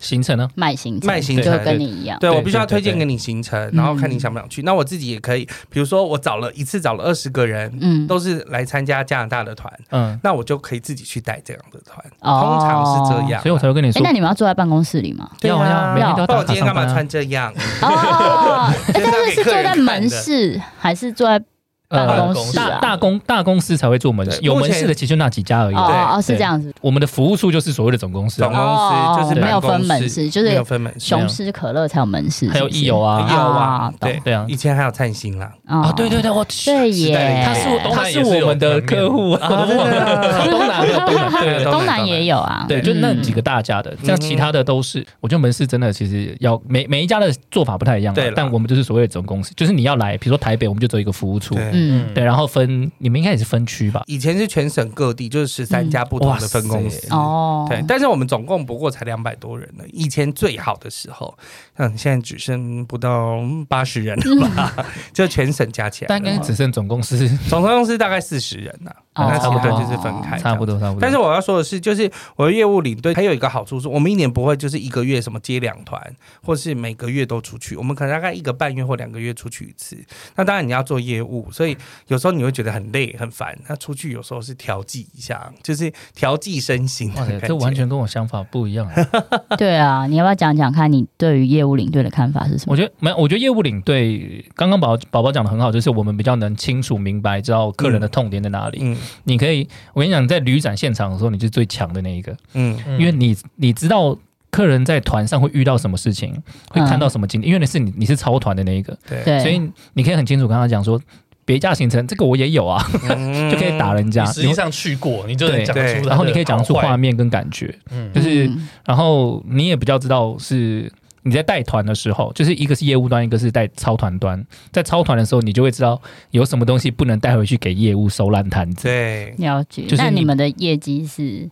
Speaker 1: 行程呢？
Speaker 4: 卖行程，
Speaker 2: 卖行程
Speaker 4: 就跟你一样。
Speaker 2: 对
Speaker 1: 啊对
Speaker 2: 我必须要
Speaker 1: 对
Speaker 2: 推
Speaker 1: 对
Speaker 2: 荐
Speaker 1: 对嗯
Speaker 2: 给你行程，然后看你想不想去。那我自己也可以，比如说我找了一次找了二十个人，
Speaker 4: 嗯，
Speaker 2: 都是来参加加拿大的团，
Speaker 1: 嗯，
Speaker 2: 那我就可以自己去带这样的团，
Speaker 4: 哦
Speaker 2: 通常是这样啊。
Speaker 1: 所以我才会跟你
Speaker 4: 哎、
Speaker 1: 说
Speaker 4: 那，你们要坐在办公室里
Speaker 2: *laughs*
Speaker 4: 吗？
Speaker 2: 对
Speaker 1: 要要
Speaker 2: 啊，
Speaker 1: 每天都要
Speaker 2: 不然我
Speaker 1: 打卡
Speaker 2: 今天干嘛
Speaker 1: 上班啊
Speaker 2: 穿这样？
Speaker 4: 哦，
Speaker 2: 就
Speaker 4: 但
Speaker 2: 要
Speaker 4: 是
Speaker 2: 给
Speaker 4: 是
Speaker 2: 客
Speaker 4: 坐
Speaker 2: 人
Speaker 4: 在
Speaker 2: 看
Speaker 4: 门
Speaker 2: 的。
Speaker 4: 市还是坐在办公室
Speaker 1: 大
Speaker 4: 啊？
Speaker 1: 大公呃大公司才会做门市，
Speaker 2: 对
Speaker 1: 有
Speaker 2: 目
Speaker 1: 门
Speaker 2: 前
Speaker 1: 市的其实就那几家而已。
Speaker 2: 对
Speaker 4: 哦哦，是
Speaker 1: 对
Speaker 4: 这样子。哦
Speaker 1: 我们的服务处就是所谓的总公司啊
Speaker 2: 总，公司就是
Speaker 4: 没有
Speaker 2: 办公
Speaker 4: 分
Speaker 2: 室
Speaker 4: 门市，就
Speaker 2: 没有
Speaker 4: 是
Speaker 2: 分门市，
Speaker 4: 雄狮可乐才有门市，
Speaker 1: 还有
Speaker 4: 是不是
Speaker 1: 益友啊
Speaker 2: 有啊
Speaker 4: 哦，
Speaker 2: 对
Speaker 1: 对啊
Speaker 2: 以前还有灿星啦，
Speaker 4: 哦
Speaker 1: 啊，对对对，我
Speaker 4: 对
Speaker 2: 代
Speaker 4: 耶，
Speaker 2: 的
Speaker 1: 他是我他
Speaker 2: 眼光
Speaker 3: 东南
Speaker 1: 是
Speaker 3: 也是有
Speaker 1: 我们的客户啊，我都忘
Speaker 4: *laughs*
Speaker 1: 了东南还有东南，对对对
Speaker 4: 东南也有啊，
Speaker 1: 对，就那几
Speaker 4: 嗯。
Speaker 1: 个大家的，像其他的都是，我觉得门市真的其实要每每一家的做法不太一样啊
Speaker 2: 对啦，
Speaker 1: 但我们就是所谓的总公司，就是你要来，比如说台北，我们就只有一个服务处，
Speaker 2: *laughs* 对。
Speaker 4: 嗯，
Speaker 1: 对，然后分你们应该也是分区吧？
Speaker 2: 以前是全省各地，就是十三家不同的分公司。
Speaker 4: 哦，
Speaker 2: 对， *laughs* 但是我们总共不过才两百多人呢，以前最好的时候，嗯，现在只剩不到八十 *laughs* 人了吧，就全省加起来
Speaker 1: 但
Speaker 2: 了，
Speaker 1: 嗯应该只剩总公司
Speaker 2: 总公司大概四十人呐、
Speaker 4: 哦
Speaker 2: 那差不多就是分开，
Speaker 1: *laughs* 差不。多差不多。
Speaker 2: 但是我要说的是，就是我的业务领队还有一个好处是，我们一年不会就是一个月什么接两团，或是每个月都出去，我们可能大概一个半月或两个月出去一次。那当然你要做业务，所以有时候你会觉得很累很烦。那出去有时候是调剂一下，就是调剂身心的
Speaker 1: 哇塞
Speaker 2: 感，觉。
Speaker 1: 这完全跟我想法不一样。
Speaker 2: *laughs*
Speaker 4: 对啊，你要不要讲讲看你对于业务领队的看法是什么？
Speaker 1: 我觉得没有，我觉得业务领队刚刚宝宝宝讲的很好，就是我们比较能清楚明白知道客人的痛点在哪里。
Speaker 2: 嗯
Speaker 1: 你可以，我跟你讲，在旅展现场的时候，你是最强的那一个，
Speaker 2: 嗯
Speaker 3: 嗯
Speaker 1: 因为你你知道客人在团上会遇到什么事情，会看到什么经历，因为你是你你是超团的那一个，
Speaker 2: 对，
Speaker 4: 对，
Speaker 1: 所以你可以很清楚跟他讲说，别价行程这个我也有啊，
Speaker 2: *laughs*
Speaker 1: *laughs*
Speaker 2: 嗯
Speaker 1: 就可以打。人家
Speaker 3: 你。实际上去过，你就能
Speaker 1: 对
Speaker 3: 讲得出
Speaker 2: 对
Speaker 3: 它的
Speaker 1: 然后你可以讲出
Speaker 3: 好坏
Speaker 1: 画，面跟感觉，
Speaker 3: 嗯
Speaker 1: 就是
Speaker 4: 嗯
Speaker 1: 然后你也比较知道是你在带团的时候，就是一个是业务端，一个是带操团端。在操团的时候，你就会知道有什么东西不能带回去给业务收烂摊子。
Speaker 2: 对，
Speaker 4: 了解
Speaker 1: 就。是
Speaker 4: 那
Speaker 1: 你
Speaker 4: 你们的业绩是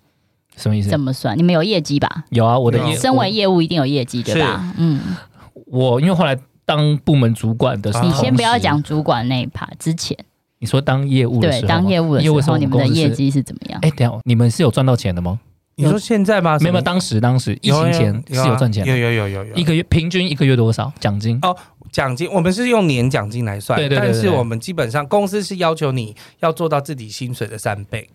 Speaker 1: 什么意思
Speaker 4: 怎？么算？你们有业绩吧？
Speaker 1: 有啊，我的
Speaker 2: 有
Speaker 1: 业
Speaker 4: 身为业务一定有业绩对吧？嗯，
Speaker 1: 我因为后来当部门主管的时候，
Speaker 2: 啊
Speaker 4: 你先不要讲主管那一趴，之前
Speaker 1: 你说当业务的时
Speaker 4: 对
Speaker 1: 候吗，
Speaker 4: 当业务的
Speaker 1: 业
Speaker 4: 时
Speaker 1: 务的时
Speaker 4: 候，
Speaker 1: 候
Speaker 4: 你们的业。
Speaker 1: 我公司是
Speaker 4: 绩是怎么样？
Speaker 1: 哎，等一下，你们是有赚到钱的吗？
Speaker 2: 你说现在吗？
Speaker 1: 没有，没
Speaker 2: 什
Speaker 1: 有
Speaker 2: 么
Speaker 1: 当时当时疫
Speaker 2: 有啊
Speaker 1: 情前是
Speaker 2: 啊
Speaker 1: 有赚钱
Speaker 2: 有
Speaker 1: 的，
Speaker 2: 有有有有
Speaker 1: 一个月平均一个月多少奖金
Speaker 2: 哦？奖金，我们是用年奖金来算，
Speaker 1: 对对对
Speaker 2: 但是
Speaker 1: 对对
Speaker 2: 我们基本上公司是要求你要做到自己薪水的三倍，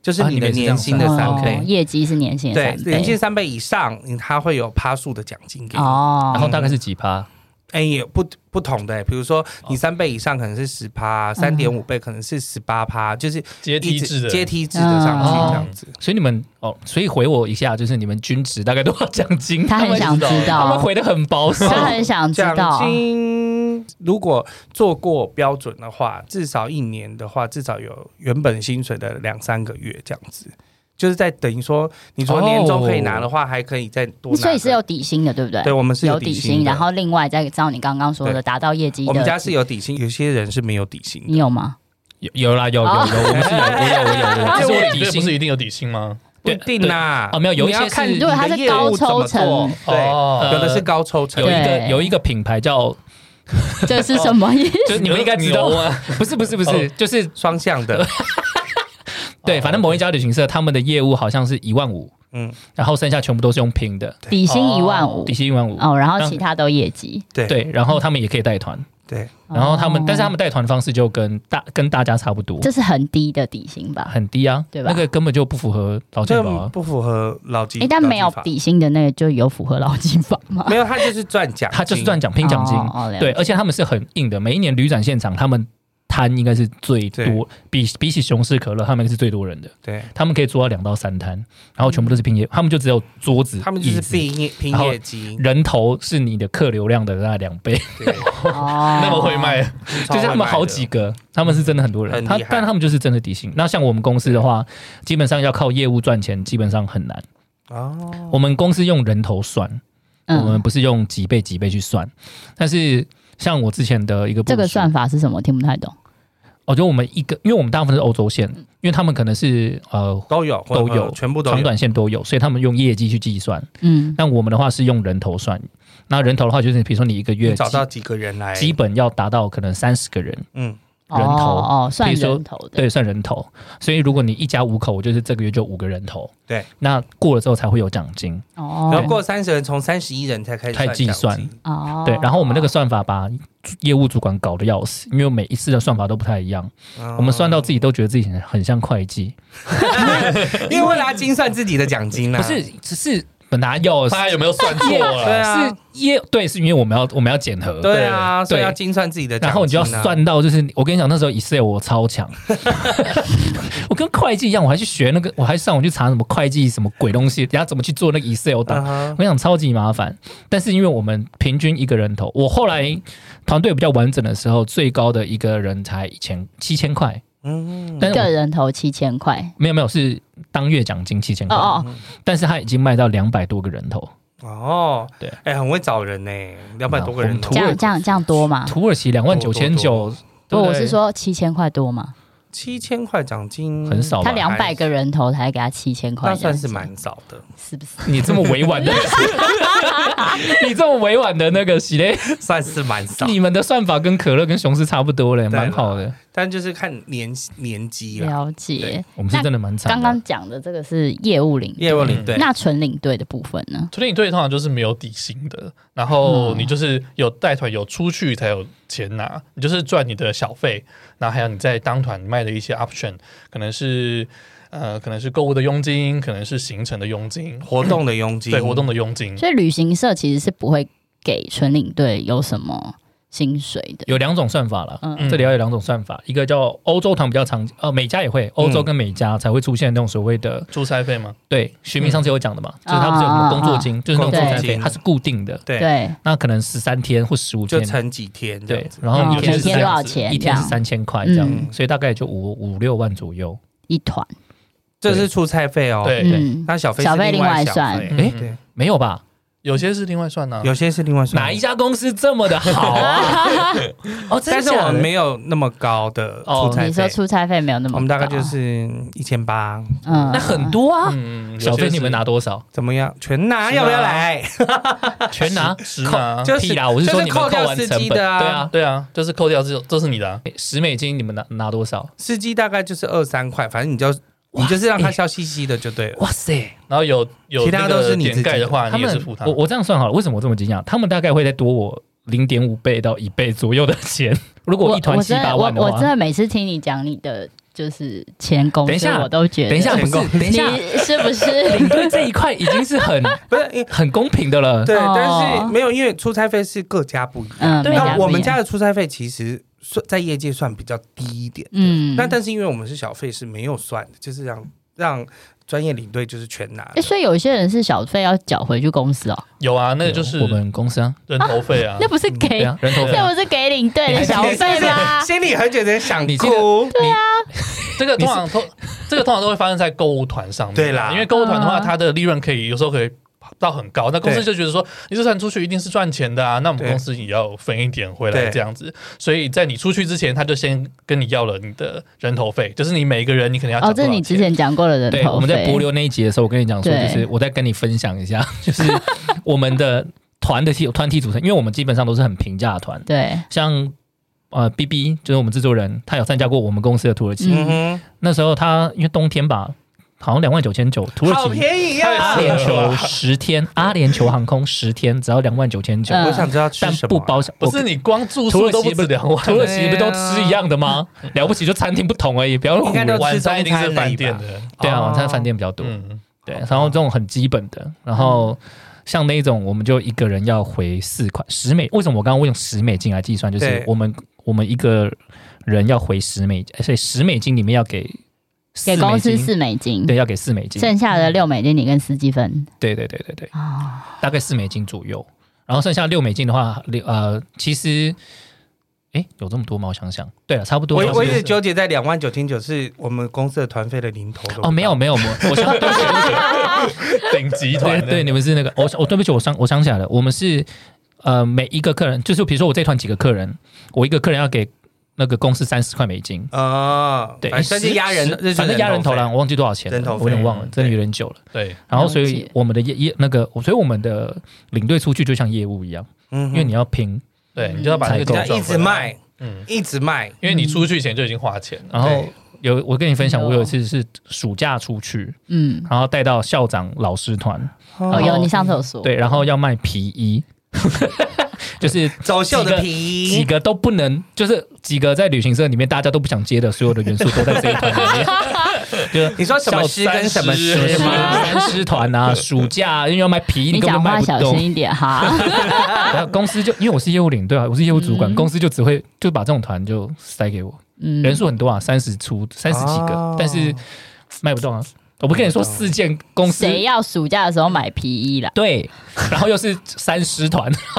Speaker 2: 就是
Speaker 1: 啊
Speaker 2: 你的
Speaker 1: 你们也是这
Speaker 2: 年
Speaker 1: 样
Speaker 2: 薪
Speaker 1: 你
Speaker 2: 的
Speaker 1: 算
Speaker 2: 三倍。
Speaker 4: 哦业绩是年薪的
Speaker 2: 对
Speaker 4: 三，
Speaker 2: 年薪
Speaker 4: 倍。
Speaker 2: 三倍以上，你它会有趴数的奖金给
Speaker 1: 然
Speaker 2: 你。
Speaker 4: 哦，
Speaker 1: 后大概是几趴？
Speaker 2: 哎、也不不同的、欸比如说
Speaker 1: 哦
Speaker 2: 你三倍以上可能是十趴，三点五倍可能是十八趴，就是
Speaker 3: 阶
Speaker 2: 一
Speaker 3: 梯
Speaker 2: 直
Speaker 3: 制的
Speaker 2: 阶梯制的上去
Speaker 1: 嗯
Speaker 2: 这样子。
Speaker 1: 所以你们哦，所以回我一下，就是你们均值大概多少奖金？
Speaker 4: 他很
Speaker 1: 们
Speaker 4: 想知
Speaker 1: 他们
Speaker 4: 道，
Speaker 1: 回的很保
Speaker 2: *laughs*
Speaker 1: 守。
Speaker 4: 他很想知
Speaker 2: 奖
Speaker 4: 道。啊
Speaker 2: 金如果做过标准的话，至少一年的话，至少有原本薪水的两三个月这样子。就是在等于说，你说年终可以拿的话，还可以再多拿。
Speaker 4: 所以是有，底薪的，对不对？
Speaker 2: 对我们是
Speaker 4: 有
Speaker 2: 底
Speaker 4: 底
Speaker 2: 薪
Speaker 4: 薪，
Speaker 2: 的，
Speaker 4: 然后另外再照你刚刚说
Speaker 2: 对
Speaker 4: 的达到业绩的，
Speaker 2: 我们家是有底 *laughs* 薪，有些人是没有底薪 *laughs*
Speaker 4: 你
Speaker 2: 的。
Speaker 4: 有吗？
Speaker 1: 有有啦，有有有，
Speaker 4: 哦
Speaker 1: 我们是有，我有我有我
Speaker 2: 啊
Speaker 1: 有，这
Speaker 3: 但是
Speaker 1: 是
Speaker 3: 我
Speaker 1: 我
Speaker 3: 底
Speaker 1: 底
Speaker 3: 薪不是
Speaker 1: 薪。
Speaker 3: 一定有底薪吗？
Speaker 2: 不一定啦，
Speaker 4: 啊
Speaker 1: 对哦没
Speaker 2: *laughs*
Speaker 1: 有有一些
Speaker 2: 你要看
Speaker 1: 是
Speaker 2: 你
Speaker 4: 如果他
Speaker 2: 的
Speaker 4: 是
Speaker 2: 业务
Speaker 4: 高
Speaker 2: 怎么
Speaker 4: 抽成
Speaker 2: 做，对，呃
Speaker 3: 哦
Speaker 2: 有的是高抽成
Speaker 1: 有一，个
Speaker 4: 对
Speaker 1: 有一个品牌叫，
Speaker 4: 这是什么意思？
Speaker 1: 就你们应该知道
Speaker 3: 牛，啊，
Speaker 1: *laughs* 不是不是不
Speaker 3: 哦
Speaker 1: 是，就是
Speaker 2: 双向的，
Speaker 1: 对，反正某一家旅行社他们的业务好像是一万五，
Speaker 2: *laughs* 嗯，
Speaker 1: 然后剩下全部都是用拼的，
Speaker 4: 底薪一万五
Speaker 1: 哦底薪一万五，
Speaker 4: 哦，然后
Speaker 1: 让
Speaker 4: 其他都业绩。
Speaker 2: 对
Speaker 1: 对，然后他们也可以带团，
Speaker 2: 对，
Speaker 1: 然后他们
Speaker 4: 哦
Speaker 1: 但是他们带团的方式就跟大跟大家差不多，
Speaker 4: 这是很低的底薪吧？
Speaker 1: 很低啊，
Speaker 4: 对吧
Speaker 1: 那个根本就不符合劳健
Speaker 2: 这
Speaker 1: 保啊，
Speaker 2: 不符合老基
Speaker 4: 哎，，但没有
Speaker 2: 老基法
Speaker 4: 底薪的那个就有符合劳基法吗？
Speaker 2: 没有，他就是赚奖金，
Speaker 1: 他就是赚奖拼奖金，
Speaker 4: 哦，哦
Speaker 1: 对，，
Speaker 4: 了
Speaker 1: 而且他们是很硬的，每一年旅展现场他们摊应该是最多，比比起雄狮可乐，他们是最多人的，
Speaker 2: 对，
Speaker 1: 他们可以做到两到三摊，然后全部都是
Speaker 4: 嗯
Speaker 1: 拼业，他们就只有桌子，
Speaker 2: 他们就是
Speaker 1: 椅子
Speaker 2: 拼业拼
Speaker 1: 然后
Speaker 2: 业绩，
Speaker 1: 人头是你的客流量的那两倍，
Speaker 2: 对， *laughs*
Speaker 4: 解
Speaker 1: *laughs*
Speaker 4: 哦，
Speaker 3: 那么会
Speaker 2: 啊
Speaker 3: 卖，
Speaker 1: 就是他们好几个，他们是真的很多人，
Speaker 2: 嗯很厉
Speaker 1: 他
Speaker 2: 害
Speaker 1: 但他们就是真的底薪。那像我们公司的话，基本上要靠业务赚钱，基本上很难。
Speaker 2: 哦，
Speaker 1: 我们公司用人头算，我们
Speaker 4: 嗯，
Speaker 1: 不是用几倍几倍去算，但是。像我之前的一个部
Speaker 4: 这个
Speaker 1: 署
Speaker 4: 算法是什么？听不太懂。
Speaker 1: 哦，就我们一个，因为我们大部分是欧洲线，因为他们可能是呃
Speaker 2: 都有
Speaker 1: 都有
Speaker 2: 全部都
Speaker 1: 长
Speaker 2: 有，
Speaker 1: 短线都有，所以他们用业绩去计算。
Speaker 4: 嗯，
Speaker 1: 但我们的话是用人头算，那人头的话就是比如说你一个
Speaker 2: 你
Speaker 1: 月
Speaker 2: 找
Speaker 1: 基
Speaker 2: 到几个人来，
Speaker 1: 基本要达到可能三十个人，
Speaker 2: 嗯，
Speaker 1: 人头
Speaker 4: 哦哦，算
Speaker 1: 比如说
Speaker 4: 人头的，
Speaker 1: 对，算人头。所以如果你一家五口，我就是这个月就五个人头，
Speaker 2: 对，
Speaker 1: 那过了之后才会有奖金，
Speaker 4: 哦，
Speaker 2: 然后过三十人，从三十一人才开始
Speaker 1: 开始计
Speaker 2: 奖
Speaker 1: 算
Speaker 2: 金
Speaker 4: 哦，
Speaker 1: 对。然后我们那个算法把业务主管搞得要死，因为每一次的算法都不太一样，
Speaker 2: 嗯
Speaker 1: 我们算到自己，都觉得自己很很像会计，
Speaker 2: 哦因为为了要精算自己的奖金啊，
Speaker 1: 不是，只是本来要
Speaker 3: 他有没有算
Speaker 2: *laughs*
Speaker 3: 错
Speaker 2: 对
Speaker 3: 了？
Speaker 2: 啊
Speaker 1: 是，业对，是因为我们要我们要检核，
Speaker 2: 对啊，所以
Speaker 1: 对
Speaker 2: 要精算自己的奖金啊，
Speaker 1: 然后你就要算到，就是我跟你讲，那时候 Excel 我超
Speaker 2: *laughs*
Speaker 1: 强， *laughs* 我跟会计一样，我还去学那个，我还上网去查什么会计什么鬼东西，人家怎么去做那个 Excel 档。
Speaker 2: 嗯哼，
Speaker 1: 我想超级麻烦，但是因为我们平均一个人头，我后来团队比较完整的时候，最高的一个人才一千七千块，
Speaker 2: 嗯，
Speaker 1: 但
Speaker 4: 一
Speaker 1: 是
Speaker 4: 个
Speaker 1: 我
Speaker 4: 人头七千块。
Speaker 1: 没有没有是当月奖金七千
Speaker 4: 哦
Speaker 1: 块，
Speaker 4: 哦，
Speaker 1: 但是他已经卖到两百多个人头。
Speaker 2: 哦，
Speaker 1: 对，
Speaker 2: 哎，很会找人呢，两百多个人
Speaker 1: 红
Speaker 2: 头
Speaker 1: 土
Speaker 4: 这样这样这样多吗？
Speaker 1: 土耳其两万九千
Speaker 2: 多
Speaker 1: 九，对
Speaker 4: 不，
Speaker 1: 不对
Speaker 4: 啊哦我是说七千块多吗？
Speaker 2: 七千块奖金
Speaker 1: 很少吧
Speaker 4: 他两百个人头才给他七千块，
Speaker 2: 那算是蛮少的， *laughs*
Speaker 4: 是不是？
Speaker 1: 你这么委
Speaker 4: *laughs*
Speaker 1: 婉的，你这么委婉的那个洗嘞，
Speaker 2: 算是蛮少。
Speaker 1: 你们的算法跟可乐跟雄狮差不多嘞，
Speaker 2: 对啦
Speaker 1: 蛮好的。
Speaker 2: 但就是看年年纪啦。
Speaker 4: 了解
Speaker 2: 对。
Speaker 1: 我们是
Speaker 4: 那
Speaker 1: 真的蛮惨
Speaker 4: 刚
Speaker 1: 的。
Speaker 4: 刚讲的这个是业务领队，
Speaker 2: 业务领队，
Speaker 4: 嗯那纯领队的部分呢？
Speaker 3: 团领队通常就是没有底薪的，然后
Speaker 4: 嗯
Speaker 3: 你就是有带团有出去才有钱拿，你就是赚你的小费，然后还有你在当团卖的一些 option，可能是呃可能是购物的佣金，可能是行程的佣金，
Speaker 2: 活动的佣金，
Speaker 3: 对活动的佣金。
Speaker 4: 所以旅行社其实是不会给纯领队有什么薪水的。
Speaker 1: 有两种算法了，
Speaker 4: 嗯
Speaker 3: 嗯
Speaker 1: 这里要有两种算法，一个叫欧洲团比较常，呃，美加也
Speaker 2: 嗯
Speaker 1: 会，欧洲跟美加才会出现那种所谓的
Speaker 3: 出差费吗？
Speaker 1: 对，徐明上次有讲的嘛，就
Speaker 4: 嗯
Speaker 1: 是他不是有什么工作金，就是那种
Speaker 4: 工
Speaker 1: 出
Speaker 4: 作
Speaker 1: 差费，
Speaker 2: 金
Speaker 1: 它是固定的，
Speaker 2: 对
Speaker 4: 对，
Speaker 1: 那可能十三天或十五
Speaker 2: 就
Speaker 1: 天，
Speaker 2: 乘几天这
Speaker 1: 对
Speaker 2: 样子，。
Speaker 1: 然后
Speaker 4: 嗯
Speaker 1: 一
Speaker 4: 每
Speaker 1: 天是
Speaker 4: 天
Speaker 1: 三
Speaker 4: 多少钱？
Speaker 1: 一
Speaker 4: 这
Speaker 1: 天是
Speaker 4: 样
Speaker 1: 三千块这样，
Speaker 4: 嗯
Speaker 1: 所以大概也就五五六万左右。
Speaker 4: 一团，
Speaker 2: 这是出差费哦。
Speaker 3: 对
Speaker 4: 嗯，
Speaker 2: 那小费是
Speaker 4: 小费另外
Speaker 2: 外
Speaker 4: 算
Speaker 2: 费
Speaker 3: 嗯
Speaker 2: 对，
Speaker 1: 没有吧？
Speaker 3: 有些是另外算呢、啊
Speaker 2: 有些是另外算。
Speaker 1: 哪一家公司这么的好啊？
Speaker 2: *laughs*
Speaker 1: 哦，真
Speaker 2: 但
Speaker 1: 的
Speaker 2: 是
Speaker 1: 假的
Speaker 2: 我们没有那么高的
Speaker 1: 哦
Speaker 2: 出差
Speaker 4: 你说
Speaker 2: 费，
Speaker 4: 出差费没有那么高，啊
Speaker 2: 我们大概就是一千八，
Speaker 4: 嗯，
Speaker 1: 那很多啊。
Speaker 3: 嗯，有些
Speaker 1: 小费你们
Speaker 3: 是
Speaker 1: 拿多少？
Speaker 2: 怎么样？全拿
Speaker 3: 是吗
Speaker 2: 要不要来？
Speaker 1: 全拿
Speaker 3: 十拿，
Speaker 2: 就是
Speaker 1: 屁啦！我是说
Speaker 2: 就是
Speaker 1: 你们
Speaker 2: 扣掉
Speaker 1: 完
Speaker 2: 司
Speaker 1: 成
Speaker 2: 机
Speaker 1: 本，
Speaker 2: 的啊
Speaker 1: 对啊，
Speaker 3: 对啊，就是扣掉这这是你的、啊，
Speaker 1: 十美金你们拿拿多少？
Speaker 2: 司机大概就是二三块，反正你就
Speaker 1: 哇
Speaker 2: 你就是让他
Speaker 1: 哎
Speaker 2: 笑嘻嘻的就对了。
Speaker 1: 哇塞！
Speaker 3: 然后有有
Speaker 2: 其他
Speaker 3: 那个
Speaker 2: 都是你自己
Speaker 3: 点盖的话，
Speaker 1: 他
Speaker 3: 你也是
Speaker 1: 们
Speaker 3: 付他
Speaker 1: 我。我这样算好了，为什么我这么惊讶？他们大概会再多我零点五倍到一倍左右的钱。如果
Speaker 4: 我
Speaker 1: 一团
Speaker 4: 我
Speaker 1: 七
Speaker 4: 真的
Speaker 1: 八
Speaker 4: 我
Speaker 1: 万的
Speaker 4: 我
Speaker 1: 话，
Speaker 4: 真的每次听你讲你的就是前公
Speaker 1: 等一
Speaker 4: 司
Speaker 1: 下，
Speaker 4: 我都觉得，
Speaker 1: 等一
Speaker 4: *laughs*
Speaker 1: 下不是，等一下，
Speaker 4: 你是不
Speaker 1: 领 *laughs*
Speaker 4: 是？
Speaker 1: 队这一块已经是
Speaker 4: *laughs*
Speaker 1: 很
Speaker 2: 不是，因为
Speaker 1: 很公平的了。
Speaker 2: 对，
Speaker 4: 哦
Speaker 2: 但是没有，因为出差费是各家不一样。
Speaker 4: 嗯，
Speaker 1: 对
Speaker 4: 每
Speaker 1: 啊
Speaker 4: 家
Speaker 2: 那
Speaker 4: 不
Speaker 2: 我们
Speaker 4: 一样
Speaker 2: 家的出差费其实算在业界算比较低一点。
Speaker 4: 嗯，
Speaker 2: 那但是因为我们是小费是没有算的，就是让让专业领队就是全拿的。
Speaker 4: 诶所以有一些人是小费要缴回去公司哦，
Speaker 3: 有啊，那个就是
Speaker 1: 我们公司啊，
Speaker 3: 人头费啊
Speaker 4: 那，不是
Speaker 1: 对
Speaker 4: 给
Speaker 1: 啊，人头费啊。
Speaker 4: 那不是给领队的小
Speaker 1: *laughs*
Speaker 4: 费 *laughs* 吗？
Speaker 2: 心里很觉得想
Speaker 1: 你记得
Speaker 2: 哭。
Speaker 3: 这个通常通这个通常都会发生在购物团上面啊，
Speaker 2: 对啦
Speaker 3: 因为购物团的话，
Speaker 4: 嗯
Speaker 3: 它的利润可以有时候可以到很高，那公司
Speaker 2: 对
Speaker 3: 就觉得说你这团出去一定是赚钱的啊，那我们
Speaker 2: 对
Speaker 3: 公司也要分一点回来
Speaker 2: 对
Speaker 3: 这样子，所以在你出去之前，他就先跟你要了你的人头费，就是你每一个人你可能要
Speaker 4: 哦，
Speaker 3: 缴多
Speaker 4: 这
Speaker 3: 少
Speaker 4: 是你之
Speaker 3: 钱
Speaker 4: 前讲过的人
Speaker 1: 啊对，
Speaker 4: 头
Speaker 1: 我们在
Speaker 4: 费
Speaker 1: 博。流那一集的时候，我跟你讲说，
Speaker 4: 对
Speaker 1: 就是我在跟你分享一下，就是我们的团的体团体组成，因为我们基本上都是很平价的团，
Speaker 4: 对，
Speaker 1: 像呃 B B 就是我们制作人，他有参加过我们公司的土耳其，
Speaker 4: 嗯
Speaker 2: 嗯
Speaker 1: 那时候他因为冬天吧，好像两万九千九，土
Speaker 2: 哼，
Speaker 1: 耳
Speaker 2: 好
Speaker 1: 其
Speaker 2: 便宜啊
Speaker 1: 阿
Speaker 2: 呀！
Speaker 1: 联
Speaker 3: 啊
Speaker 1: 酋十天，阿联酋航空十天只要两万九千九，
Speaker 4: 嗯
Speaker 2: 我想知道吃
Speaker 1: 但
Speaker 2: 什么
Speaker 1: 不
Speaker 2: 啊，
Speaker 1: 包小，
Speaker 3: 不是你光住
Speaker 1: 土
Speaker 3: 宿
Speaker 1: 耳
Speaker 3: 都
Speaker 1: 其
Speaker 3: 不止两
Speaker 1: 我
Speaker 3: 万，
Speaker 1: 土耳其不都吃一样的吗？了不起就餐厅不同而已，不要
Speaker 2: 嗯应
Speaker 1: 唬
Speaker 2: 该
Speaker 1: 人
Speaker 2: 都。
Speaker 3: 晚
Speaker 2: 吃
Speaker 3: 餐一
Speaker 2: 中
Speaker 3: 定
Speaker 2: 餐
Speaker 3: 是
Speaker 2: 而
Speaker 3: 饭
Speaker 2: 已
Speaker 3: 店
Speaker 2: 吧。
Speaker 3: 的，
Speaker 1: 对啊，
Speaker 2: 哦
Speaker 1: 晚餐饭店比较多。
Speaker 3: 嗯，
Speaker 1: 对，然后这种很基本的，然后像那种我们就一个人要回四块十美，为什么我刚刚会用十美金来计算？就是
Speaker 2: 对
Speaker 1: 我们我们一个人要回十美，哎所以十美金里面要给四
Speaker 4: 给
Speaker 1: 美
Speaker 4: 公司
Speaker 1: 金
Speaker 4: 四美金，
Speaker 1: 对，要给四美金，
Speaker 4: 剩下的六美金你跟司机分
Speaker 1: 对对对对对，
Speaker 4: 啊。
Speaker 1: 大概四美金左右。然后剩下六美金的话，六呃，其实，哎，有这么多吗？我想想，对啊了，差不多。
Speaker 2: 我
Speaker 1: 差不多
Speaker 2: 我一直纠结在两万九千九是我们公司的团费的零头
Speaker 1: 哦，没有，没有，我我想对不起
Speaker 3: 顶集团
Speaker 1: 对
Speaker 3: 的
Speaker 1: 对，你们是那个，我我对不起，我想我想起来了，我们是呃每一个客人，就是比如说我这团几个客人，我一个客人要给那个公司三十块美金，
Speaker 2: 啊，
Speaker 1: 对，
Speaker 2: 反正
Speaker 1: 十
Speaker 2: 是压人
Speaker 1: 十，反正压人头了，我忘记多少钱了，
Speaker 2: 人头费
Speaker 1: 我有点忘了，真的有点久了。
Speaker 3: 对，
Speaker 1: 然后所
Speaker 4: 了
Speaker 1: 以
Speaker 4: 解
Speaker 1: 我们的业业那个，所以我们的领队出去就像业务一样，
Speaker 2: 嗯
Speaker 1: 因为你要拼，
Speaker 3: 对，你就要把那个
Speaker 1: 采购
Speaker 3: 钱
Speaker 2: 要
Speaker 3: 赚
Speaker 2: 一
Speaker 3: 回
Speaker 2: 直
Speaker 3: 来，
Speaker 2: 卖，
Speaker 3: 嗯，
Speaker 2: 一直卖，
Speaker 3: 因为你出去前就已经花钱了，
Speaker 1: 然后
Speaker 2: 对
Speaker 1: 有我跟你分享，
Speaker 4: 有
Speaker 1: 我有一次是暑假出去，
Speaker 4: 嗯，
Speaker 1: 然后带到校长老师团，
Speaker 4: 哦，
Speaker 1: 然
Speaker 4: 有
Speaker 1: 后
Speaker 4: 你上次有说，
Speaker 1: 对，然后要卖皮衣， *laughs* 就是
Speaker 2: 走秀的
Speaker 1: 几
Speaker 2: 皮，
Speaker 1: 个都不能，就是几个在旅行社里面大家都不想接的所有的元素都在这一团里
Speaker 4: *laughs*
Speaker 1: 面，就是。
Speaker 2: 你说什么诗跟什么诗
Speaker 1: 什
Speaker 2: 吗？
Speaker 1: 么三师团啊，暑假啊因为要卖皮，衣，
Speaker 4: 你
Speaker 1: 根本
Speaker 4: 讲
Speaker 1: 卖
Speaker 4: 话
Speaker 1: 不
Speaker 4: 小
Speaker 1: 动
Speaker 4: 心。一点哈。
Speaker 1: 然后公司就因为我是业务领队啊，我是业务主管，
Speaker 4: 嗯
Speaker 1: 公司就只会就把这种团就塞给我，
Speaker 4: 嗯，
Speaker 1: 人数很多啊，三十出三十几个
Speaker 2: 哦，
Speaker 1: 但是卖不动啊。我不跟你说，四件公司
Speaker 4: 谁要暑假的时候买皮衣啦？
Speaker 1: 对，然后又是三师团， *laughs*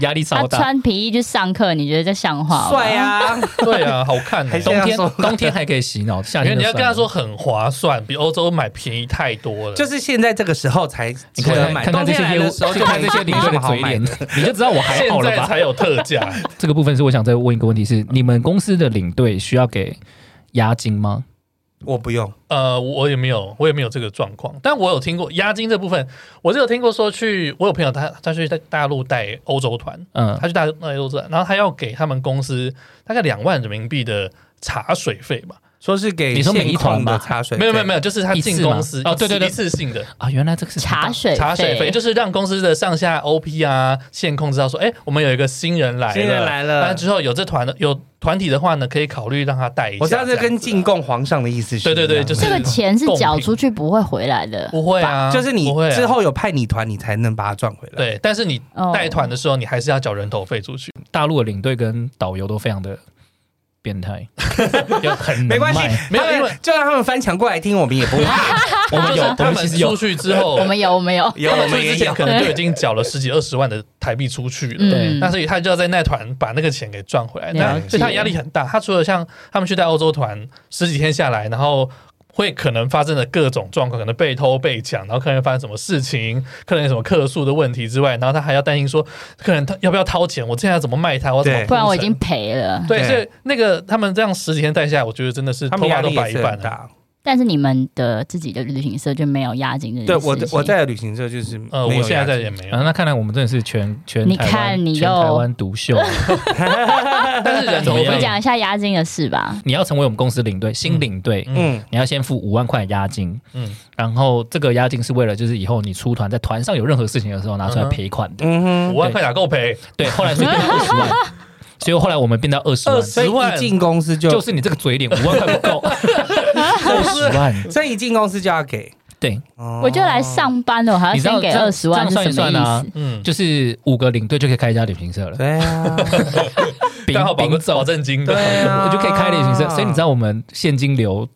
Speaker 1: 压力
Speaker 4: 他
Speaker 1: 超大。
Speaker 4: 啊穿皮衣去上课，你觉得这像话吗？
Speaker 2: 帅啊！
Speaker 3: 对啊，好看哦，
Speaker 2: 还是
Speaker 1: 冬
Speaker 2: 这
Speaker 1: 天
Speaker 2: 样说
Speaker 1: 冬天还可以洗脑，夏
Speaker 3: 因为
Speaker 1: 天
Speaker 3: 你
Speaker 1: 就
Speaker 3: 要跟
Speaker 1: 算啊
Speaker 3: 他
Speaker 1: 了
Speaker 3: 说很划算，比欧洲买便宜太多了，
Speaker 2: 就是现在这个时候才
Speaker 1: 你
Speaker 2: 值
Speaker 1: 看
Speaker 2: 得
Speaker 1: 看
Speaker 2: 买，
Speaker 1: 看看这
Speaker 2: 冬天
Speaker 1: 些
Speaker 2: 来
Speaker 1: 业务，
Speaker 2: 的时候
Speaker 1: 去
Speaker 2: 就
Speaker 1: 看这些领队的嘴脸， *laughs* 你就知道我还
Speaker 3: 现
Speaker 1: 好了
Speaker 3: 在
Speaker 1: 吧？
Speaker 3: 才有
Speaker 1: *laughs*
Speaker 3: 特价，
Speaker 1: 这个部分是我想再问一个问题是：你们公司的领队需要给押金吗？
Speaker 2: 我不用，
Speaker 3: 呃，我也没有，我也没有这个状况，但我有听过押金这部分，我是有听过说去，我有朋友他他去在大陆带欧洲团，
Speaker 1: 嗯，
Speaker 3: 他去大大陆转，然后他要给他们公司大概两万人民币的茶水费吧，
Speaker 2: 说是给
Speaker 1: 你说
Speaker 2: 现
Speaker 1: 每一团
Speaker 2: 况的
Speaker 1: 吗
Speaker 2: 茶水费，
Speaker 3: 没有没有没有，就是他
Speaker 1: 一次
Speaker 3: 进
Speaker 1: 吗
Speaker 3: 公司
Speaker 1: 哦对对对
Speaker 3: 一次性的
Speaker 1: 啊，原来这个是
Speaker 4: 茶水
Speaker 3: 茶水费，就是是让公司的上下 OP 啊线控知道说，哎，我们有一个新人来了，
Speaker 2: 新人来了
Speaker 3: 那之后有这团有团体的话呢，可以考虑让他带一下，
Speaker 2: 我知道这跟进
Speaker 3: 贡
Speaker 2: 贡皇上的意思是
Speaker 3: 啊对对对
Speaker 2: 一样的
Speaker 3: 就是
Speaker 4: 这个钱是
Speaker 3: 贡品
Speaker 4: 缴出去不会回来的，
Speaker 3: 不会啊，
Speaker 2: 就是你
Speaker 3: 不会啊
Speaker 2: 之后有派你团，你才能把它赚回来。
Speaker 3: 对，但是你
Speaker 4: 哦
Speaker 3: 带团的时候，你还是要缴人头费出去。
Speaker 1: 大陆的领队跟导游都非常的变
Speaker 2: *laughs*
Speaker 1: 态，就很能
Speaker 2: 没关系
Speaker 1: 卖，
Speaker 2: *laughs*
Speaker 3: 没有
Speaker 2: 他们
Speaker 3: 因为
Speaker 2: 就让他们翻墙过来听，我们也不怕。
Speaker 1: 我们有，
Speaker 3: 就是
Speaker 1: 哦我
Speaker 3: 他
Speaker 1: 们
Speaker 3: 们
Speaker 1: 其实有
Speaker 3: 出，去之后，
Speaker 4: 我们有，我们
Speaker 2: *laughs*
Speaker 4: 有，
Speaker 2: 有
Speaker 3: 他们
Speaker 2: 我们
Speaker 3: 出去
Speaker 2: 也
Speaker 3: 之前
Speaker 2: 有
Speaker 3: 可能就已经缴了十几二十万的台币出去了。
Speaker 1: 对
Speaker 3: 那所以他就要在那团把那个钱给赚回来，那
Speaker 4: 嗯了解
Speaker 3: 所以他压力很大。他除了像他们去带欧洲团十几天下来，然后会可能发生的各种状况，可能被偷被抢，然后客人发生什么事情，客人有什么客诉的问题之外，然后他还要担心说客人他要不要掏钱，我现在要怎么卖他，我要怎么
Speaker 2: 对
Speaker 3: 铺
Speaker 4: 不然我已
Speaker 3: 陈
Speaker 4: 经赔了。
Speaker 3: 对，
Speaker 2: 对
Speaker 3: 所以那个他们这样十几天带下来，我觉得真的是
Speaker 2: 他
Speaker 3: 头
Speaker 2: 们压
Speaker 3: 发都
Speaker 2: 力
Speaker 3: 白
Speaker 2: 也
Speaker 3: 一
Speaker 2: 是
Speaker 3: 半啊
Speaker 2: 很
Speaker 3: 了。
Speaker 2: 大。
Speaker 4: 但是你们的自己的旅行社就没有押金这件
Speaker 2: 对
Speaker 4: 事情。
Speaker 2: 我我在的旅行社就是
Speaker 3: 呃，
Speaker 2: 没有
Speaker 3: 我现在
Speaker 2: 压
Speaker 3: 在
Speaker 2: 力 *laughs*
Speaker 3: 也没有
Speaker 1: 啊，，那看来我们真的是全全
Speaker 4: 你
Speaker 1: 台湾
Speaker 4: 看你
Speaker 1: 全台
Speaker 4: 又
Speaker 1: 湾独
Speaker 2: *laughs*
Speaker 1: 秀。
Speaker 3: 但是人头
Speaker 1: 怎么
Speaker 4: 我
Speaker 1: 样
Speaker 3: 费
Speaker 4: 们讲一下押金的事吧。
Speaker 1: 你要成为我们公司领队，新领队，
Speaker 2: 嗯，
Speaker 1: 你要先付五万块押金，
Speaker 3: 嗯
Speaker 1: 嗯，然后这个押金是为了就是以后你出团在团上有任何事情的时候拿出来赔款的。
Speaker 2: 嗯哼，
Speaker 3: 五万块打够赔，
Speaker 1: 对，后来是变到二十
Speaker 4: *laughs*
Speaker 1: 万，所以后来我们变到二十万，
Speaker 2: 嗯所以
Speaker 3: 10万
Speaker 2: 一进公司就
Speaker 1: 就是你这个嘴脸五万块不够，二十万。
Speaker 2: 所以一进公司就要给。
Speaker 1: 对，
Speaker 2: 哦
Speaker 4: 我就来上班了，我还要
Speaker 1: 你知道
Speaker 4: 啊先给
Speaker 1: 这样
Speaker 4: 二十万是
Speaker 1: 这样
Speaker 4: 什
Speaker 1: 算一算
Speaker 4: 么
Speaker 1: 啊
Speaker 4: 意思？
Speaker 3: 嗯，
Speaker 1: 就是五个领队就可以开一家旅行
Speaker 2: *laughs*
Speaker 1: 社了，
Speaker 2: 对啊，
Speaker 1: 丙
Speaker 3: 刚好保
Speaker 1: 丙
Speaker 3: 个
Speaker 1: 走
Speaker 3: 保证金的，
Speaker 2: 对啊
Speaker 1: 我就可以开旅行社，所以你知道我们现金流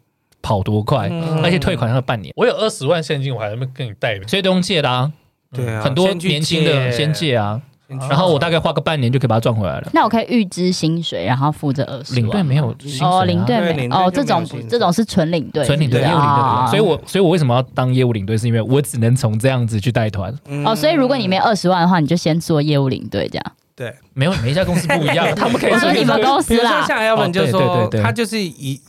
Speaker 1: 跑多快，
Speaker 2: 嗯
Speaker 1: 而且退款要半年，
Speaker 3: 我有二十万现金，我还没跟你贷。
Speaker 1: 所以都用借的啊，
Speaker 2: 对
Speaker 1: *laughs*
Speaker 2: 啊，
Speaker 1: 很多
Speaker 2: 先去
Speaker 1: 年轻的先借啊，
Speaker 2: 先去
Speaker 1: 然后我大概花个半年就可以把它赚回来了。
Speaker 4: 那我可以预支薪水，然后付这二十万。
Speaker 1: 领队没有薪水啊
Speaker 4: 哦，领队
Speaker 2: 对
Speaker 4: 没
Speaker 2: 领队
Speaker 4: 哦，
Speaker 2: 就
Speaker 4: 这
Speaker 2: 没有
Speaker 4: 种
Speaker 2: 薪
Speaker 4: 不
Speaker 2: 水
Speaker 4: 这种是纯领队，
Speaker 1: 纯领队、
Speaker 4: 是
Speaker 1: 业
Speaker 4: 不
Speaker 1: 务
Speaker 4: 是
Speaker 1: 领队，
Speaker 4: 哦
Speaker 1: 所以我所以我为什么要当业务领队，是因为我只能从这样子去带团，
Speaker 2: 嗯
Speaker 4: 哦，所以如果你没有二十万的话，你就先做业务领队这样。
Speaker 2: 对，
Speaker 1: 没有每一家公司不一
Speaker 4: *laughs*
Speaker 1: 样，他们可以
Speaker 4: 我说
Speaker 1: 是
Speaker 4: 你们公
Speaker 2: 比
Speaker 4: 司
Speaker 2: 如说
Speaker 4: 啦，
Speaker 2: 像 Elvin 就
Speaker 1: 哦对
Speaker 2: 说
Speaker 1: 对对对
Speaker 2: 他就是以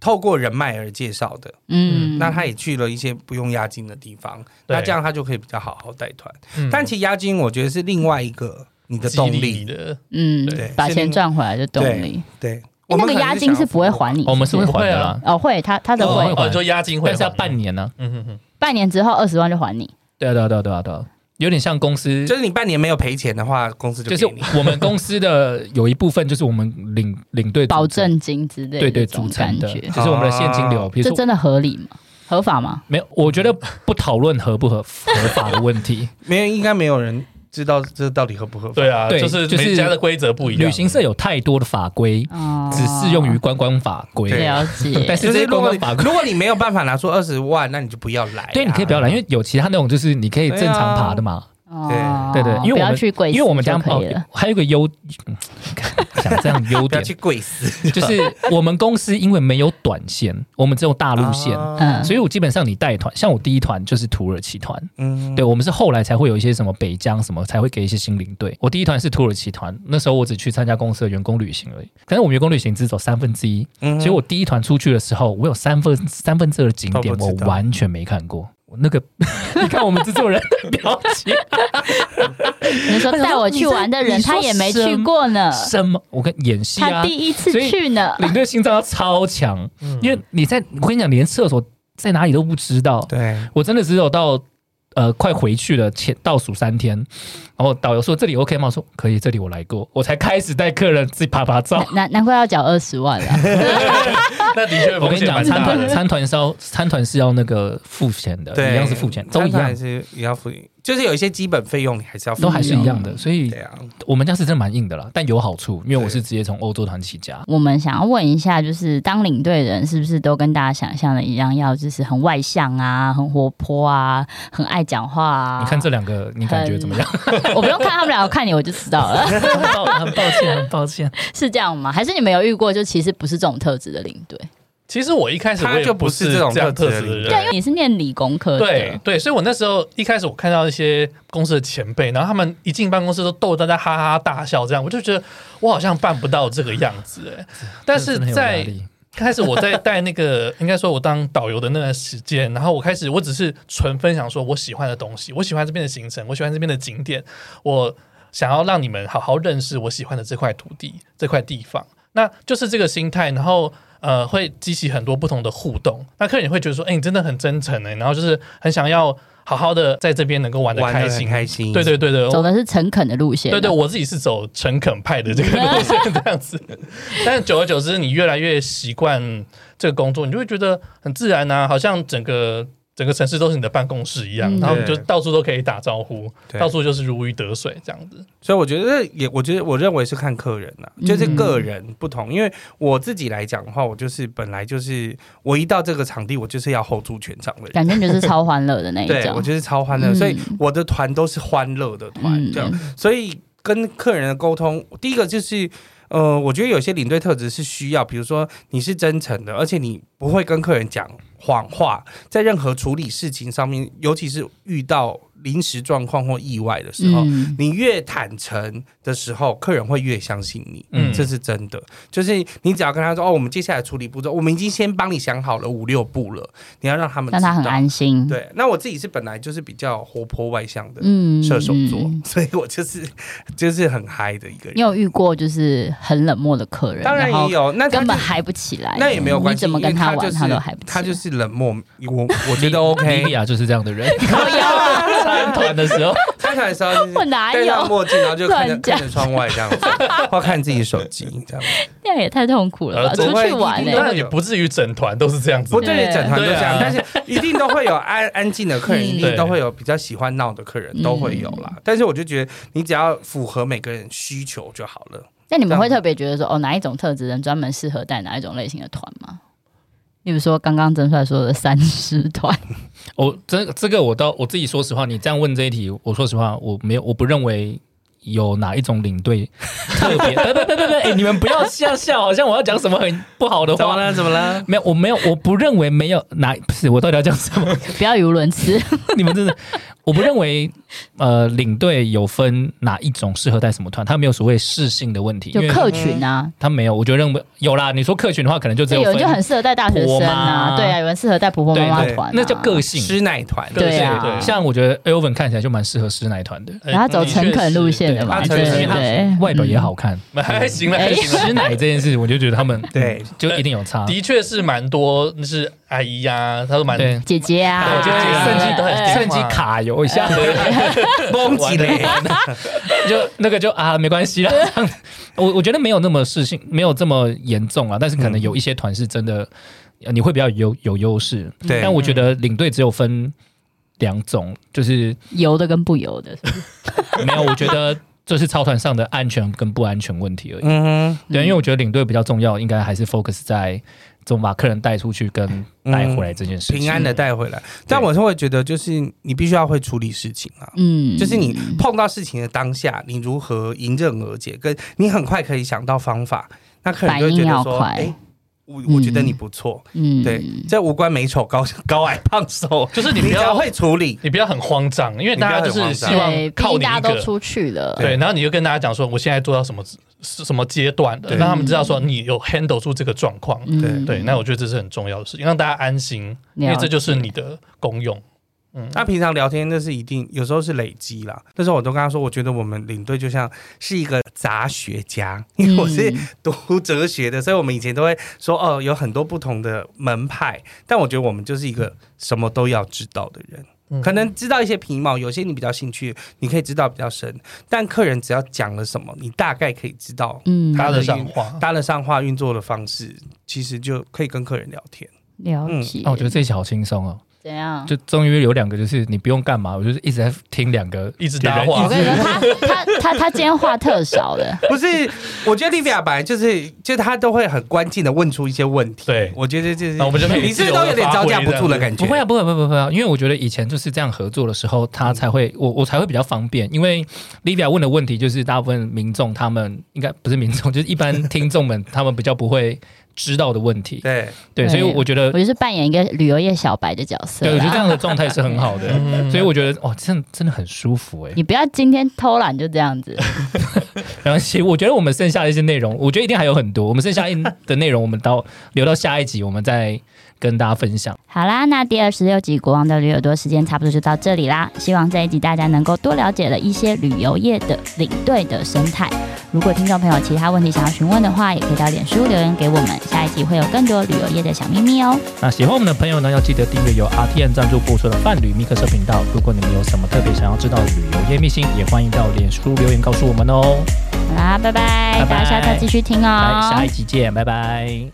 Speaker 2: 透过人脉而介绍的，
Speaker 4: 嗯，
Speaker 2: 那他也去了一些不用押金的地方，
Speaker 3: 对
Speaker 2: 那这样他就可以比较好好带团。
Speaker 3: 嗯
Speaker 2: 但其实押金我觉得是另外一个你的动
Speaker 3: 激励
Speaker 2: 力，
Speaker 3: 你的，
Speaker 4: 嗯
Speaker 2: 对，
Speaker 4: 把
Speaker 2: 是
Speaker 4: 钱
Speaker 2: 你
Speaker 4: 赚回来就动
Speaker 2: 对
Speaker 4: 力。
Speaker 2: 对，我
Speaker 4: 那
Speaker 2: 们
Speaker 4: 个
Speaker 2: 可能
Speaker 4: 押金是
Speaker 2: 想要
Speaker 4: 不会还你，
Speaker 1: 哦我们是会
Speaker 4: 不
Speaker 1: 还的啦，
Speaker 4: 哦会，他他的
Speaker 1: 哦
Speaker 4: 会
Speaker 1: 会，还
Speaker 3: 哦，你说押金会
Speaker 1: 但
Speaker 3: 还，
Speaker 1: 是要半年呢。
Speaker 3: 嗯嗯嗯，
Speaker 4: 半年之后二十万就还你。
Speaker 1: 对啊对啊对啊对啊对啊，有点像公司，
Speaker 2: 就是你半年没有赔钱的话，公司就
Speaker 1: 就是
Speaker 2: 给你。
Speaker 1: 我们公司的有一部分就是我们领领队组成
Speaker 4: 保，证金之类的，
Speaker 1: 对对
Speaker 4: 这种
Speaker 1: 组
Speaker 4: 感
Speaker 1: 成的，
Speaker 4: 觉，
Speaker 1: 就是我们的现金流，
Speaker 2: 啊
Speaker 1: 比如
Speaker 4: 这
Speaker 1: 说
Speaker 4: 真的合理吗？合法吗？
Speaker 1: 没有，我觉得不讨论合不合合法的问题，
Speaker 2: 没有，应该没有人知道这到底合不合法。
Speaker 3: 对啊，
Speaker 1: 对
Speaker 3: 就是
Speaker 1: 就是
Speaker 3: 每家的规则不一样。
Speaker 1: 旅行社有太多的法规，
Speaker 4: 哦，
Speaker 1: 只适用于观光法规，
Speaker 2: 对啊
Speaker 4: 了
Speaker 1: 但
Speaker 4: 解，
Speaker 1: 是
Speaker 2: 就
Speaker 1: 这
Speaker 2: 是
Speaker 1: 些
Speaker 2: 如
Speaker 1: 观
Speaker 2: 果
Speaker 1: 光
Speaker 2: 你
Speaker 1: 法规
Speaker 2: 如果你没有办法拿出二十万，那你就不要来啊。
Speaker 1: 对，你可以不要来，因为有其他那种就是你可以正常爬的嘛。
Speaker 4: 哦
Speaker 1: 对对因为我们
Speaker 4: 不要去贵，
Speaker 1: 因为我们
Speaker 4: 就
Speaker 1: 家
Speaker 4: 可以了
Speaker 1: 哦，，还有一个优，想这样优
Speaker 2: *laughs* 不要
Speaker 1: 点
Speaker 2: 去
Speaker 1: *laughs*
Speaker 2: 跪死，
Speaker 1: 就是我们公司因为没有短线，我们只有大陆线，
Speaker 2: 啊
Speaker 4: 嗯，
Speaker 1: 所以我基本上你带团，像我第一团就是土耳其团，
Speaker 2: 嗯，
Speaker 1: 对我们是后来才会有一些什么北疆什么才会给一些新领队。我第一团是土耳其团，那时候我只去参加公司的员工旅行而已，但是我们员工旅行只走三分之一，
Speaker 2: 嗯
Speaker 1: 所以我第一团出去的时候，我有三分三分之二的景点
Speaker 2: 都
Speaker 1: 我
Speaker 2: 不知道
Speaker 1: 完全没看过。我那个， *laughs* 你看我们制作人的表情，
Speaker 4: 你说带我去玩的人
Speaker 1: 你说
Speaker 4: 他也没去过呢，
Speaker 1: 什么？我跟演戏啊
Speaker 4: 他，第一次
Speaker 1: 所以
Speaker 4: 去呢，
Speaker 1: 领队心脏要超强，
Speaker 2: 嗯
Speaker 1: 因为你在我跟你讲，连厕所在哪里都不知道。
Speaker 2: 对，
Speaker 1: 我真的只有到呃快回去了前倒数三天，然后导游说这里 OK 吗？我说可以，这里我来过，我才开始带客人自己爬爬
Speaker 2: *laughs*
Speaker 1: 照。
Speaker 4: 难难怪要缴二十万了，
Speaker 3: 那的确
Speaker 1: 我
Speaker 3: 风
Speaker 1: 跟你
Speaker 3: 险
Speaker 1: 讲，
Speaker 3: 蛮
Speaker 1: 参
Speaker 3: 大
Speaker 1: 团
Speaker 3: 的。
Speaker 1: 参团是要参团是要那个付钱的，
Speaker 2: 对，
Speaker 1: 一样是付钱，都一
Speaker 2: 但还
Speaker 1: 样，
Speaker 2: 是也要付，就是有一些基本费用你还是要付，
Speaker 1: 都还是一样的。所以
Speaker 2: 对啊，
Speaker 1: 我们家是真的蛮硬的啦，但有好处，因为我是直接从欧洲团起家。
Speaker 4: *laughs* 我们想要问一下，就是当领队的人是不是都跟大家想象的一样，要就是很外向啊，很活泼啊，很爱讲话啊？
Speaker 1: 你看这两个，你感觉怎么样？
Speaker 4: *laughs* 我不用看他们俩，我看你我就知道了，
Speaker 1: 很 *laughs* 抱很抱歉，很抱 *laughs* 歉。
Speaker 4: 是这样吗？还是你们有遇过就其实不是这种特质的领队？
Speaker 3: 其实我一开始我
Speaker 2: 他
Speaker 3: 也
Speaker 2: 就
Speaker 3: 不
Speaker 2: 不是
Speaker 3: 是
Speaker 2: 这种
Speaker 3: 样
Speaker 2: 特
Speaker 3: 特
Speaker 2: 质的
Speaker 3: 质的
Speaker 2: 人
Speaker 4: 对，
Speaker 3: 人
Speaker 4: 因。为你是念理工科的，
Speaker 3: 对对，所以我那时候一开始我看到一些公司的前辈，然后他们一进办公室都逗大家哈哈大笑，这样我就觉得我好像办不到这个样子哎、但是
Speaker 1: 真的很有
Speaker 3: 在
Speaker 1: 压力
Speaker 3: 开始我在带那个， *laughs* 应该说我当导游的那段时间，然后我开始我只是纯分享说我喜欢的东西，我喜欢这边的行程，我喜欢这边的景点，我想要让你们好好认识我喜欢的这块土地、这块地方。那就是这个心态，然后呃，会激起很多不同的互动。那客人也会觉得说，哎、你真的很真诚哎、然后就是很想要好好的在这边能够玩的
Speaker 2: 玩的
Speaker 3: 开
Speaker 2: 很
Speaker 3: 心，
Speaker 2: 开心，
Speaker 3: 对对对对，
Speaker 4: 走的是诚恳的路线啊。
Speaker 3: 对对，我自己是走诚恳派的这个路
Speaker 4: *laughs*
Speaker 3: 线这样子，但久而久之，你越来越习惯这个工作，你就会觉得很自然啊，好像整个整个城市都是你的办公室一样，
Speaker 4: 嗯
Speaker 3: 然后你就
Speaker 2: 对
Speaker 3: 到处都可以打招呼，
Speaker 2: 对
Speaker 3: 到处就是如鱼得水这样
Speaker 4: *laughs*
Speaker 3: 子。
Speaker 2: 所以我觉得也，我觉得我认为是看客人呐、
Speaker 4: 嗯
Speaker 2: 就是个人不同。因为我自己来讲的话，我就是本来就是我一到这个场地，我就是要 hold 住全场的人。
Speaker 4: 感觉你就是超欢乐的那一
Speaker 2: 对，
Speaker 4: 种。
Speaker 2: 我就是超欢乐，
Speaker 4: 嗯
Speaker 2: 所以我的团都是欢乐的团，
Speaker 4: 嗯
Speaker 2: 这样。所以跟客人的沟通，第一个就是。呃，我觉得有些领队特质是需要，比如说你是真诚的，而且你不会跟客人讲谎话，在任何处理事情上面，尤其是遇到临时状况或意外的时候，
Speaker 4: 嗯，
Speaker 2: 你越坦诚的时候，客人会越相信你，
Speaker 3: 嗯
Speaker 2: 这是真的。就是你只要跟他说，哦，我们接下来处理步骤，我们已经先帮你想好了五六步了，你要让他们
Speaker 4: 让他很
Speaker 2: 知道
Speaker 4: 安心。，
Speaker 2: 对，那我自己是本来就是比较活泼外向的
Speaker 4: 嗯
Speaker 2: 射手座，
Speaker 4: 嗯
Speaker 2: 所以我就是就是很嗨的一个
Speaker 4: 你
Speaker 2: 人。
Speaker 4: 有遇过就是很冷漠的客人，
Speaker 2: 当然
Speaker 4: 后
Speaker 2: 也有，那他
Speaker 4: 根本
Speaker 2: 就
Speaker 4: 嗨不起来，
Speaker 2: 那也没有关系，
Speaker 4: 你怎么跟
Speaker 2: 因为他
Speaker 4: 玩，
Speaker 2: 就是
Speaker 4: 都嗨不起来。
Speaker 2: 他就是冷漠，我我觉得
Speaker 1: 莉
Speaker 2: OK。
Speaker 1: 亚就是这样的人。 *laughs* 参团的时候，
Speaker 2: 参团的时候就是
Speaker 4: *laughs* 我哪
Speaker 2: 戴上
Speaker 4: 有？
Speaker 2: 墨镜，然后就看着
Speaker 4: 乱讲
Speaker 2: 看着窗外这样子，或看自己手机这样子。
Speaker 4: 那样也太痛苦了吧？
Speaker 3: 呃
Speaker 4: 出
Speaker 2: 总会
Speaker 4: 去玩欸
Speaker 2: 一
Speaker 4: 呢
Speaker 2: 定对
Speaker 3: 当？然也不至于整团都是这样子
Speaker 2: 不，对，整团都这样，
Speaker 3: 对啊
Speaker 2: 但是一定都会有安安静的客
Speaker 4: *laughs*
Speaker 2: 人，
Speaker 4: 嗯
Speaker 2: 一定都会有比较喜欢闹的客人，
Speaker 4: 嗯
Speaker 2: 都会有啦。但是我就觉得，你只要符合每个人需求就好了。
Speaker 4: 那你们会特别觉得说，哦，哪一种特质人专门适合带哪一种类型的团吗？例如说刚刚曾帅说的三师团， *laughs*
Speaker 1: 我这这个我倒我自己说实话，你这样问这一题，我说实话，我没有，我不认为有哪一种领队特
Speaker 2: *laughs*
Speaker 1: 别。对对对对对，哎，你们不要笑笑，好像我要讲什么很不好的话。
Speaker 2: 了？怎么了？
Speaker 1: 没有，我没有，我不认为没有哪不是我到底要讲什么？
Speaker 4: 不要语无伦
Speaker 2: *laughs*
Speaker 4: 次。
Speaker 1: *laughs* 你们真的，我不认为呃领队有分哪一种适合带什么团，他没有所谓适性的问题，
Speaker 4: 就
Speaker 1: 因为
Speaker 4: 客群啊，
Speaker 1: 他没有，我就认为有啦。你说客群的话，可能就只
Speaker 4: 就有
Speaker 1: 分
Speaker 4: 人就很适合带大学生
Speaker 1: 婆妈
Speaker 4: 啊，对啊，有人适合带婆婆妈妈
Speaker 2: 对对
Speaker 4: 团啊，
Speaker 1: 那叫个性。
Speaker 2: 师奶团，
Speaker 4: 对啊
Speaker 3: 对对
Speaker 1: 像我觉得 Elvin 看起来就蛮适合师奶团的，
Speaker 3: 哎
Speaker 4: 然后走诚恳路线的嘛，
Speaker 2: 他
Speaker 4: 对
Speaker 2: 诚实
Speaker 4: 对
Speaker 2: 他
Speaker 4: 对，
Speaker 1: 外表也好看，
Speaker 3: 的确是还行了，
Speaker 4: 哎
Speaker 3: 还行了。
Speaker 1: 师奶这件事，我就觉得他们嗯
Speaker 2: 对
Speaker 1: 就一定有差。
Speaker 3: 的确是蛮多，就是阿姨呀、他说蛮
Speaker 1: 对
Speaker 4: 嗯，，姐姐啊，
Speaker 3: 对姐姐啊
Speaker 4: 对
Speaker 1: 趁机
Speaker 3: 都很
Speaker 4: 对
Speaker 1: 趁机卡油一下， *laughs*
Speaker 2: 崩起嘞，
Speaker 1: 就那个就啊，没关系啦。这样子 *laughs* 我我觉得没有那么事情，没有这么严重啊。但是可能有一些团是真的，呃你会比较有有优势。
Speaker 2: 对
Speaker 1: 但我觉得领队只有分两种，就是
Speaker 4: 油的跟不油 *laughs* 的，
Speaker 1: 没有，我觉
Speaker 2: *laughs*
Speaker 1: 得就是操团上的安全跟不安全问题而已。
Speaker 2: 嗯哼，
Speaker 1: 对，因为我觉得领队比较重要，应该还是 focus 在怎么把客人带出去跟带回来这件事情。
Speaker 2: 嗯平安的带回来。但我是会觉得，就是你必须要会处理事情啊。
Speaker 4: 嗯，
Speaker 2: 就是你碰到事情的当下，你如何迎刃而解，跟你很快可以想到方法，那客人就会觉
Speaker 4: 反
Speaker 2: 得
Speaker 4: 应要
Speaker 2: 说，
Speaker 4: 快
Speaker 2: 哎，我我觉得你不错，
Speaker 4: 嗯，
Speaker 2: 对，这无关美丑高 *laughs* 高矮胖瘦，
Speaker 3: 就是你
Speaker 2: 你
Speaker 3: 不
Speaker 2: 只要
Speaker 3: 要
Speaker 2: 会处理，
Speaker 3: 你不要很慌张，因为大家就是希望
Speaker 4: 对，毕
Speaker 3: 靠
Speaker 4: 竟
Speaker 3: 你一
Speaker 4: 大家
Speaker 3: 个。
Speaker 4: 都出去了，
Speaker 3: 对，然后你就跟大家讲说，我现在做到什么是什么阶段的，
Speaker 2: 对
Speaker 3: 让他们知道说你有 handle 住这个状况。
Speaker 4: 嗯
Speaker 3: 对，那我觉得这是很重要的事情，让大家安心，因为这就是你的功用。嗯
Speaker 2: 那平常聊天那是一定，有时候是累积啦。那时候我都跟他说，我觉得我们领队就像是一个杂学家， *laughs* 因
Speaker 4: 嗯
Speaker 2: 为我是读哲学的，所以我们以前都会说哦，有很多不同的门派。但我觉得我们就是一个什么都要知道的人。
Speaker 3: 嗯
Speaker 2: 可能知道一些皮毛，有些你比较兴趣，你可以知道比较深。但客人只要讲了什么，你大概可以知道，
Speaker 4: 嗯，
Speaker 3: 搭得上话，
Speaker 2: 搭得上话运作的方式，其实就可以跟客人聊天。
Speaker 4: 了
Speaker 2: 嗯
Speaker 4: 解。
Speaker 1: 哦，我觉得这一期好轻松哦，
Speaker 4: 怎样？
Speaker 1: 就终于有两个，就是你不用干嘛，我就是一直在听两个
Speaker 3: 一直搭话
Speaker 4: 我跟你说，他他他他今天话特少的，
Speaker 2: *laughs* 不是，我觉得莉比亚本来就是，就她都会很关键的问出一些问题。
Speaker 3: 对
Speaker 2: 我觉得就是，
Speaker 3: 那我们就每
Speaker 2: 你是
Speaker 3: 次
Speaker 2: 不是都有点招架不住的感觉。
Speaker 1: 不会啊，不会，不会，不会啊！因为我觉得以前就是这样合作的时候，他才
Speaker 4: 嗯
Speaker 1: 会我我才会比较方便。因为 Livia 问的问题就是大部分民众他们应该不是民众，就是一般听众们他们比较不会知道的问题。
Speaker 2: 对，
Speaker 1: 对，
Speaker 4: 对
Speaker 1: 所以我觉得
Speaker 4: 我，就是扮演一个旅游业小白的角色
Speaker 1: 呃对，我觉得这
Speaker 4: 啦。
Speaker 1: 样的状态是很好的。
Speaker 3: 嗯
Speaker 1: 所以我觉得，哦，真的真的很舒服哎、
Speaker 4: 你不要今天偷懒就这样子，
Speaker 1: 没关系，我觉得我们剩下的一些内容，我觉得一定还有很多。我们剩下一的内容，我们到留到下一集，我们再跟大家分享。
Speaker 4: 好啦，那第二十六集《国王的旅游多》时间差不多就到这里啦。希望这一集大家能够多了解了一些旅游业的领队的生态。如果听众朋友有其他问题想要询问的话，也可以到脸书留言给我们。下一集会有更多旅游业的小秘密哦。
Speaker 1: 那喜欢我们的朋友呢，要记得订阅由 RTN 赞助播出的伴侣密克社频道。如果你们有什么特别想要知道的旅游业秘辛，也欢迎到脸书留言告诉我们哦。
Speaker 4: 好啦，拜拜，
Speaker 1: 拜拜
Speaker 4: 大家下次继续听哦。
Speaker 1: 来，下一集见，拜拜。